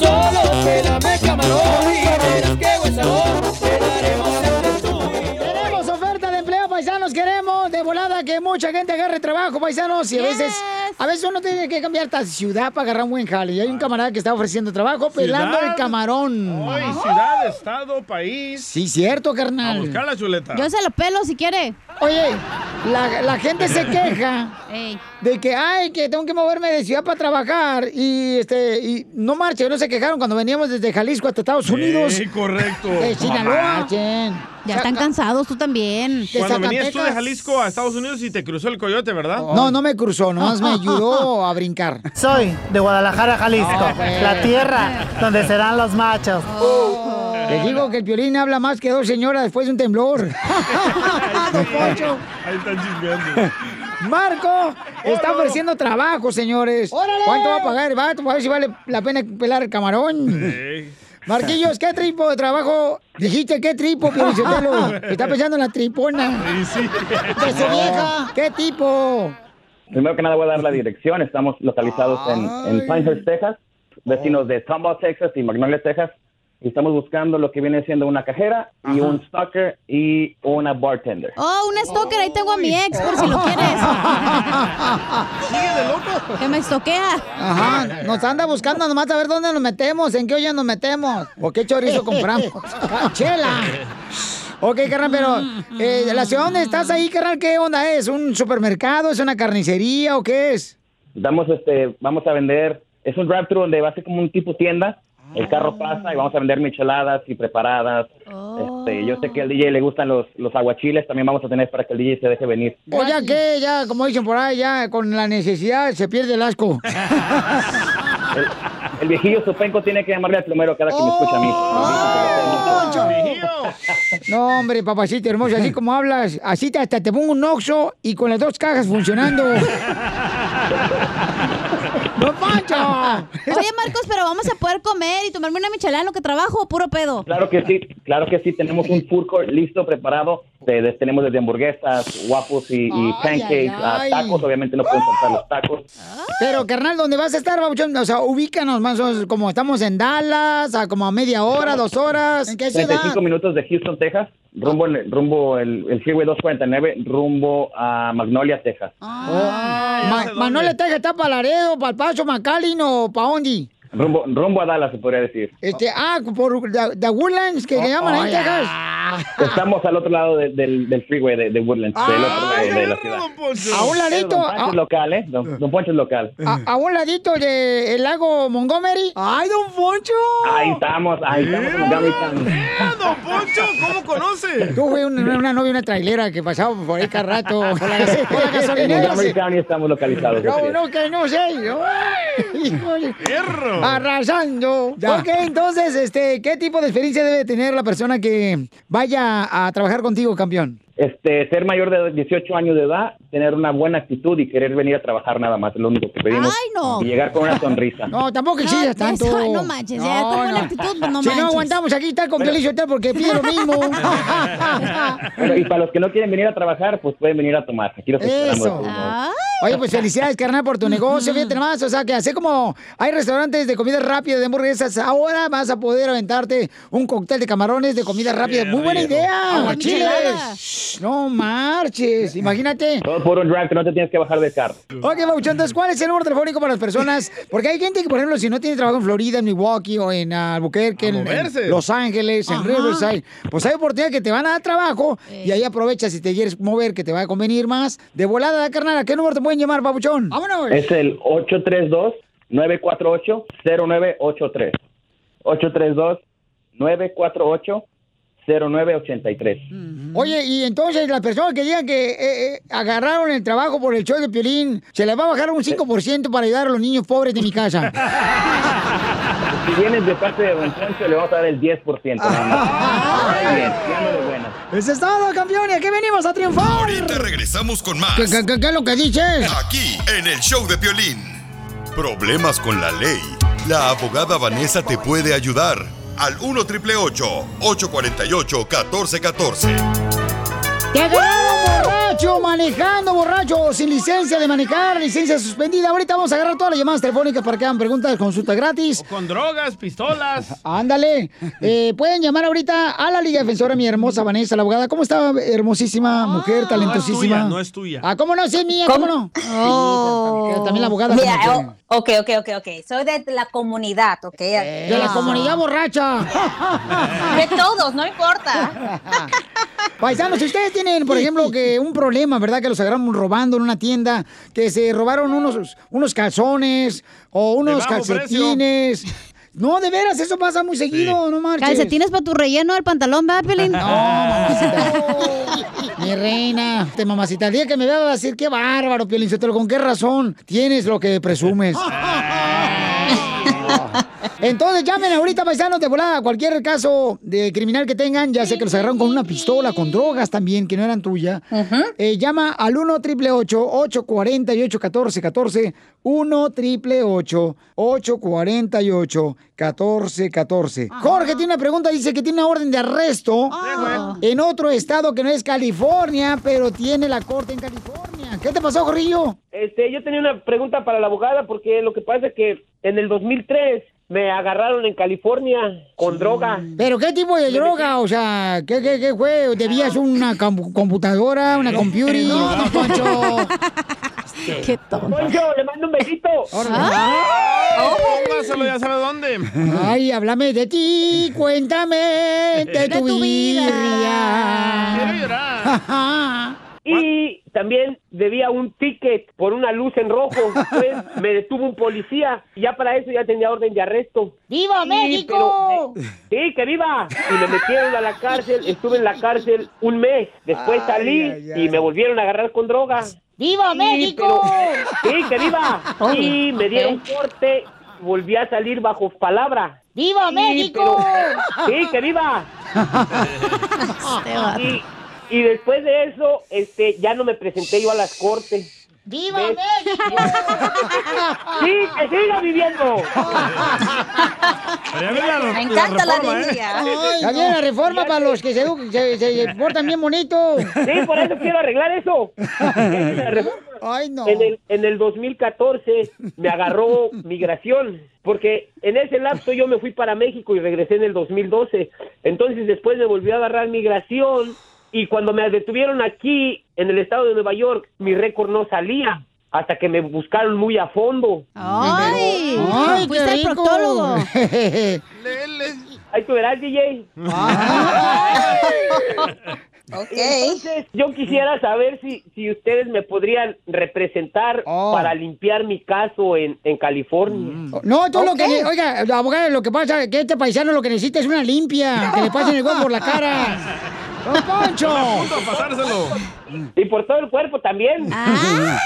S9: Solo pélame camarón y verás que buen sabor te daremos en el
S1: Tenemos oferta de empleo, paisanos. Queremos de volada que mucha gente agarre trabajo, paisanos. Y a veces A veces uno tiene que cambiar hasta ciudad para agarrar un buen jale. Y hay un camarada que está ofreciendo trabajo pelando
S2: Ciudad.
S1: el camarón.
S2: Ay, ciudad, estado, país.
S1: Sí, cierto, carnal.
S2: A buscar la chuleta.
S3: Yo se lo pelo si quiere.
S1: Oye, la, la
S3: (laughs)
S1: gente se queja
S3: Ey.
S1: de que, ay, que tengo que moverme de ciudad para trabajar. Y este, y no marchen, no se quejaron cuando veníamos desde Jalisco hasta Estados Unidos.
S2: Sí, correcto.
S1: De Sinaloa.
S2: Mamá.
S3: Ya están cansados, tú también.
S2: Cuando venías tú de Jalisco a Estados Unidos y te cruzó el coyote, ¿verdad?
S1: No, no me cruzó, nomás me
S2: (laughs)
S1: ayudó a brincar. pues.
S6: Soy de Guadalajara, Jalisco, la tierra donde serán los machos.
S1: Oh. Les digo que el violín habla más que dos señoras después de un
S6: (laughs)
S1: temblor. Don Poncho.
S2: Ahí están chismeando.
S1: Marco está ofreciendo trabajo, señores.
S9: ¡Órale!
S1: ¿Cuánto va a pagar el vato? A ver si vale la pena pelar el camarón. Marquillos, ¿qué tripo de trabajo? Dijiste, ¿qué tripo,
S6: (laughs)
S1: Piolichotelo? Está pensando en la tripona. Que se
S9: No.
S1: vieja. ¿Qué tipo?
S7: Primero que nada voy a dar la dirección. Estamos localizados en, en Pinehurst, Texas, vecinos de Tomball, Texas y Magnolia, Texas. Y estamos buscando lo que viene siendo una cajera y un stalker y una bartender.
S3: Oh, un stalker, ahí tengo a mi ex, por si lo
S1: (laughs)
S3: quieres.
S1: Sigue de loco.
S3: Que me estoquea.
S1: Ajá, nos anda buscando nomás a ver dónde nos metemos, en qué olla nos metemos, o qué chorizo (laughs) compramos. ¡Chela! Ok, carnal, pero eh, la ciudad donde estás ahí, carnal, ¿qué onda es? ¿Un supermercado? ¿Es una carnicería o qué es?
S7: Damos este, vamos a vender, es un drive-thru donde va a ser como un tipo tienda. El carro pasa y vamos a vender micheladas y preparadas. Este, yo sé que al DJ le gustan los, los aguachiles, también vamos a tener para que el DJ se deje venir.
S1: O ya que, ya, como dicen por ahí, ya con la necesidad se pierde el (laughs) asco.
S7: El, el viejillo Sopenco tiene que llamarle al plomero cada que me escucha a mí.
S1: No, hombre, papacito hermoso, así como hablas, así te- hasta te pongo un oxo y con las dos cajas (laughs) funcionando. ¡No, Pancho!
S3: Oye, Marcos, pero vamos a poder comer y tomarme una michelada en lo que trabajo o puro pedo.
S7: Claro que sí, claro que sí, tenemos un food court listo, preparado. De- de- tenemos desde hamburguesas, waffles y, y
S1: Ay, ay,
S7: pancakes, a
S1: ay. Ah,
S7: tacos, obviamente no pueden faltar los tacos.
S1: Pero, carnal, ¿dónde vas a estar, babuchón? O sea, ubícanos más o menos como estamos en Dallas, a como a media hora, dos horas. ¿En qué ciudad?
S7: 35 minutos de Houston, Texas, rumbo, en- rumbo el, el Freeway 249, rumbo a Magnolia, Texas.
S1: Ah. Ma Manuel Eteja está para Laredo, para el Paso, McAllen o para Ondi.
S7: Rumbo, rumbo a Dallas, se podría decir.
S1: Este, ah, Oh, por The, the Woodlands, que le llaman ahí en
S7: hola.
S1: Texas.
S7: Estamos al otro lado de- del, del freeway de, de Woodlands, del
S1: Ah,
S7: otro lado de la ciudad.
S1: A un ladito,
S7: Don Poncho
S1: a,
S7: es local, ¿eh? Don, Don Poncho es local.
S1: a- a un ladito del lago Montgomery. ¡Ay, don Poncho!
S7: Ahí estamos, ahí estamos en Montgomery County.
S1: Ah, don Poncho! ¿Cómo conoce? Tuve una, una novia, una trailera que pasaba por ahí cada rato. Por (laughs)
S7: En Montgomery County estamos localizados. así
S1: No,
S7: es.
S1: no, que no sé. yo. Híjole. Arrasando.
S7: Ya.
S1: Ok, entonces, este, ¿qué tipo de experiencia debe tener la persona que vaya a trabajar contigo, campeón?
S7: Este, ser mayor de 18 años de edad, tener una buena actitud y querer venir a trabajar nada más, es lo único que pedimos.
S1: Ay, no.
S7: Y llegar con una sonrisa.
S1: (laughs) No, tampoco exijas tanto.
S3: eso, no manches, ya, tú con actitud, pues, no
S1: Si no
S3: manches.
S1: aguantamos aquí estar con Piolín Sotelo porque pide lo
S7: (laughs)
S1: mismo.
S7: Bueno, y para los que no quieren venir a trabajar, pues pueden venir a tomar. Aquí los esperamos. Este,
S1: Eso. Oye, pues felicidades, carnal, por tu negocio. Fíjate más, o sea, que así como hay restaurantes de comida rápida, de hamburguesas, ahora vas a poder aventarte un cóctel de camarones de comida rápida. Muy buena
S7: rico.
S1: idea. Shh,
S7: Aguachiles.
S1: No marches, imagínate.
S7: Todo por un drive que no te tienes que bajar del carro.
S1: Ok, Bauchón, entonces, ¿cuál es el número telefónico para las personas? Porque hay gente que, por ejemplo, si no tiene trabajo en Florida, en Milwaukee o en ah, Albuquerque, en, en
S2: moverse.
S1: Los Ángeles, en
S2: Ajá. Eh.
S1: Riverside, pues hay oportunidad que te van a dar trabajo y ahí aprovechas si te quieres mover, que te va a convenir más. De volada, carnal, ¿a qué número te pueden llamar, Eh, Babuchón? ¡Vámonos!
S7: Es el 832-948-0983. 832-948-0983.
S4: Mm.
S1: Oye, y entonces las personas que digan que eh, eh, agarraron el trabajo por el show de Piolín, se les va a bajar un 5% para ayudar a los niños pobres de mi
S4: (laughs)
S1: casa.
S7: Si vienes de parte de Don Poncho, le vamos a dar el 10% nada más. Muy bien, ya no de buenas.
S1: ¡Ese es todo, campeones! ¡Que venimos a triunfar!
S4: Ahorita regresamos con más.
S1: ¿Qué, qué, qué- qué es lo que dices?
S4: Aquí, en el show de Piolín. Problemas con la ley. La abogada Vanessa te puede ayudar. Al 1 848 1414
S1: ¡Qué ganado, borracho, manejando borracho, o sin licencia de manejar, licencia suspendida. Ahorita vamos a agarrar todas las llamadas telefónicas para que hagan preguntas de consulta gratis.
S14: Con drogas, pistolas.
S2: (laughs)
S1: Ándale, Eh, pueden llamar ahorita a la Liga Defensora, mi hermosa Vanessa, la abogada. ¿Cómo está,
S2: Ah,
S1: hermosísima mujer, talentosísima?
S2: No es tuya.
S1: Ah, ¿cómo no? Sí, es mía, ¿cómo, no? Sí, también- también la abogada.
S16: Mira,
S1: como que-
S16: oh, ok, ok, ok, ok. Soy de la comunidad, ok.
S1: De la comunidad borracha.
S16: (laughs) De todos, no importa.
S1: Paisanos, si ustedes tienen, por ejemplo, que un problema, ¿verdad? Que los agarraron robando en una tienda, que se robaron unos, unos calzones o unos
S3: bajo precio.
S1: calcetines. No, de veras, eso pasa muy seguido, no marches.
S3: Calcetines para tu relleno del pantalón, ¿verdad, Pelín?
S1: No, mamacita. (laughs) Mi reina, te mamacita, el día que me vea va a decir, qué bárbaro, Piolín Sotelo, ¿con qué razón tienes lo que (laughs) presumes? Entonces llamen ahorita, paisanos, de volada, cualquier caso de criminal que tengan, ya sé que los agarraron con una pistola, con drogas también, que no eran tuya. Eh, llama al 1 848 1414 1 888 848 1414 Jorge tiene una pregunta, dice que tiene una orden de arresto en otro estado que no es California, pero tiene la corte en California. ¿Qué te pasó, Jorrillo?
S23: Este, yo tenía una pregunta para la abogada porque lo que pasa es que en el 2003 me agarraron en California con droga.
S1: ¿Pero qué tipo de droga? O sea, ¿qué, qué, qué fue? ¿Debías una compu- computadora, una computer?
S23: No, don Poncho.
S1: qué
S23: Poncho, le mando un besito.
S14: Oh, póngaselo, ya sabe dónde.
S1: Ay, háblame de ti, cuéntame de, tu, vida.
S23: Quiero
S1: llorar.
S23: Y también debía un ticket por una luz en rojo. Después
S1: (laughs)
S23: me detuvo un policía. Y ya para eso ya tenía orden de arresto.
S1: ¡Viva
S23: Sí,
S1: México!
S23: pero- sí, que viva. Y me metieron a la cárcel. Estuve en la cárcel un mes. Después
S1: Ay,
S23: salí
S1: ay, ay.
S23: y me volvieron a agarrar con drogas.
S1: ¡Viva
S23: Sí,
S1: México!
S23: pero- sí, que viva. Y me dieron corte. Volví a salir bajo palabra.
S1: ¡Viva
S23: México! sí, que viva.
S1: Este
S23: Este Ah, y, y después de eso, este, ya no me presenté yo a las cortes.
S1: ¡Viva
S23: ¿Ves?
S1: México!
S23: Sí, que siga viviendo.
S1: Me encanta la reforma, de ¿eh? India. Está bien la reforma para los que se, edu- se- se portan bien bonito.
S23: Sí, por eso quiero arreglar (laughs) eso.
S1: Ay, no.
S23: En el, en el 2014 me agarró migración, porque en ese lapso yo me fui para México y regresé en el 2012. Entonces después me volvió a agarrar migración y cuando me detuvieron aquí en el estado de Nueva York, mi récord no salía hasta que me buscaron muy a fondo.
S3: ¡Ay!
S23: Ay,
S3: Fuiste
S23: qué
S3: al
S23: rico. (laughs)
S3: proctólogo.
S23: Ahí tú verás, DJ. Entonces, yo quisiera saber si, si ustedes me podrían representar
S1: Oh.
S23: para limpiar mi caso en, en California.
S1: Mm. No, tú lo que. Oiga, abogado, lo que pasa es que este paisano lo que necesita es una limpia. Que le pasen el gol
S23: (laughs)
S1: por la cara. ¡Don Poncho!
S23: Y por todo el cuerpo también.
S1: Ah.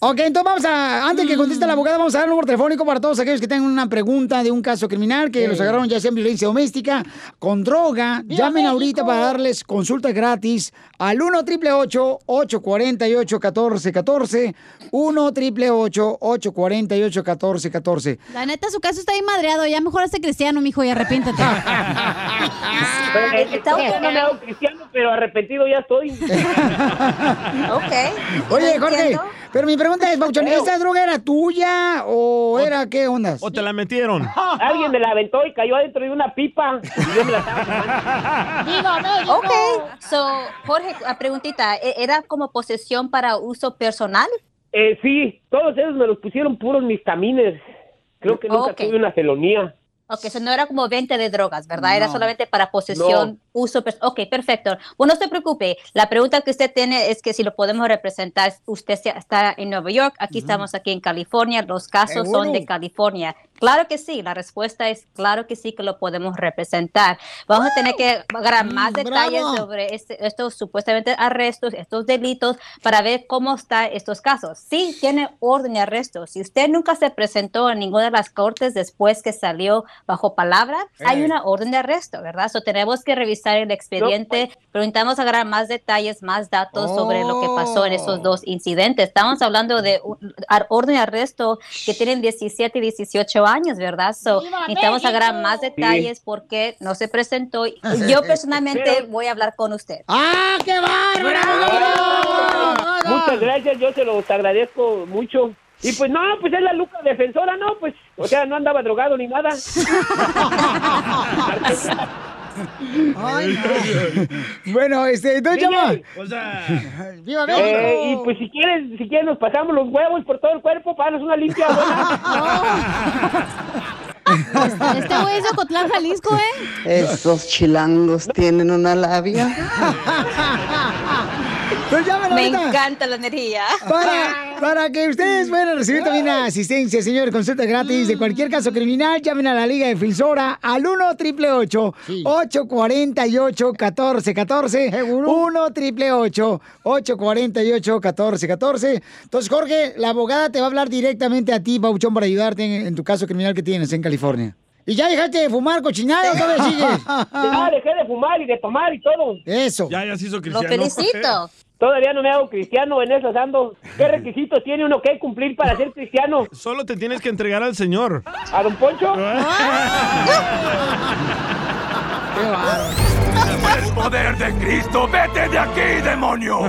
S1: Ok, entonces vamos a, antes que conteste la abogada, vamos a dar un número telefónico para todos aquellos que tengan una pregunta de un caso criminal, que los agarraron ya sea en violencia doméstica, con droga. Llamen ahorita para darles consulta gratis al 1 888 848 1414 1 888 848 1414
S3: La neta, su caso está ahí madreado. Ya mejor este cristiano, mijo, y arrepiéntate.
S1: Ah,
S23: Eh, todavía no me hago cristiano, pero arrepentido ya estoy.
S16: ok.
S1: Oye, Jorge, pero mi pregunta es, Pauchón, ¿esta droga era tuya o era qué ondas?
S23: (laughs) (laughs) ¿O te la metieron? Alguien me la aventó y cayó adentro de una pipa. Y yo me la estaba
S16: ¡Viva México! Ok. So, Jorge, a preguntita, ¿e- ¿era como posesión para uso personal?
S23: Eh, sí, todos esos me los pusieron puros mis camines. Creo que nunca
S16: Ok.
S23: tuve una felonía.
S16: Ok, eso no era como venta de drogas, ¿verdad? Era
S23: No.
S16: solamente para posesión, uso. pers- Ok, perfecto. Bueno, no se preocupe. La pregunta que usted tiene es que si lo podemos representar, usted se- está en Nueva York, aquí estamos aquí en California, los casos son de
S24: Seguro.
S16: California. Claro que sí, la respuesta es claro que sí que lo podemos representar. Vamos a tener que agarrar más
S23: Mm,
S16: detalles
S23: bravo.
S16: sobre este- estos supuestamente arrestos, estos delitos, para ver cómo están estos casos. Sí, tiene orden de arresto. Si usted nunca se presentó en ninguna de las cortes después que salió bajo palabra, hay una orden de arresto, ¿verdad? So, tenemos que revisar el expediente, preguntamos agarrar más detalles, más datos sobre lo que pasó en esos dos incidentes. Estamos hablando de un- ar- orden de arresto que tienen 17 y 18 años, ¿verdad? So, necesitamos agarrar más detalles por qué no se presentó. Yo personalmente voy a hablar con usted.
S1: eh, ¡Ah, qué bárbaro!
S23: Muchas gracias, yo se los agradezco mucho. Y pues no, pues es la Luca defensora, ¿no? Pues, o sea, no andaba drogado ni nada.
S1: Bueno, este, entonces llama. (laughs) ¡Viva México!
S23: Eh, y pues si quieres, si quieres nos pasamos los huevos por todo el cuerpo para darnos una limpia
S1: (laughs)
S23: buena.
S3: Este güey es de Ocotlán, Jalisco, ¿eh? (laughs)
S10: Esos chilangos tienen una labia.
S16: Me encanta la energía.
S1: Para, Pues para que ustedes puedan recibir también asistencia, señor, consulta gratis de cualquier caso criminal, llamen a la Liga Defensora al 1 triple 848 1414 1 triple 848 1414 Entonces, Jorge, la abogada te va a hablar directamente a ti, Bauchón, para ayudarte en, en tu caso criminal que tienes en California. Y ya dejaste de fumar, cochinado, todavía sigues.
S23: (laughs) Ya dejé de fumar y de tomar y todo.
S1: Eso.
S23: Ya, ya se hizo
S16: cristiano. felicito.
S23: Todavía no me hago cristiano, en esas ando. ¿Qué requisitos tiene uno que cumplir para ser cristiano?
S14: Solo te tienes que entregar al Señor.
S23: ¿A don
S14: (laughs)
S23: Poncho?
S9: (laughs) ¡El poder de
S1: (laughs)
S9: Cristo! ¡Vete de aquí, demonio!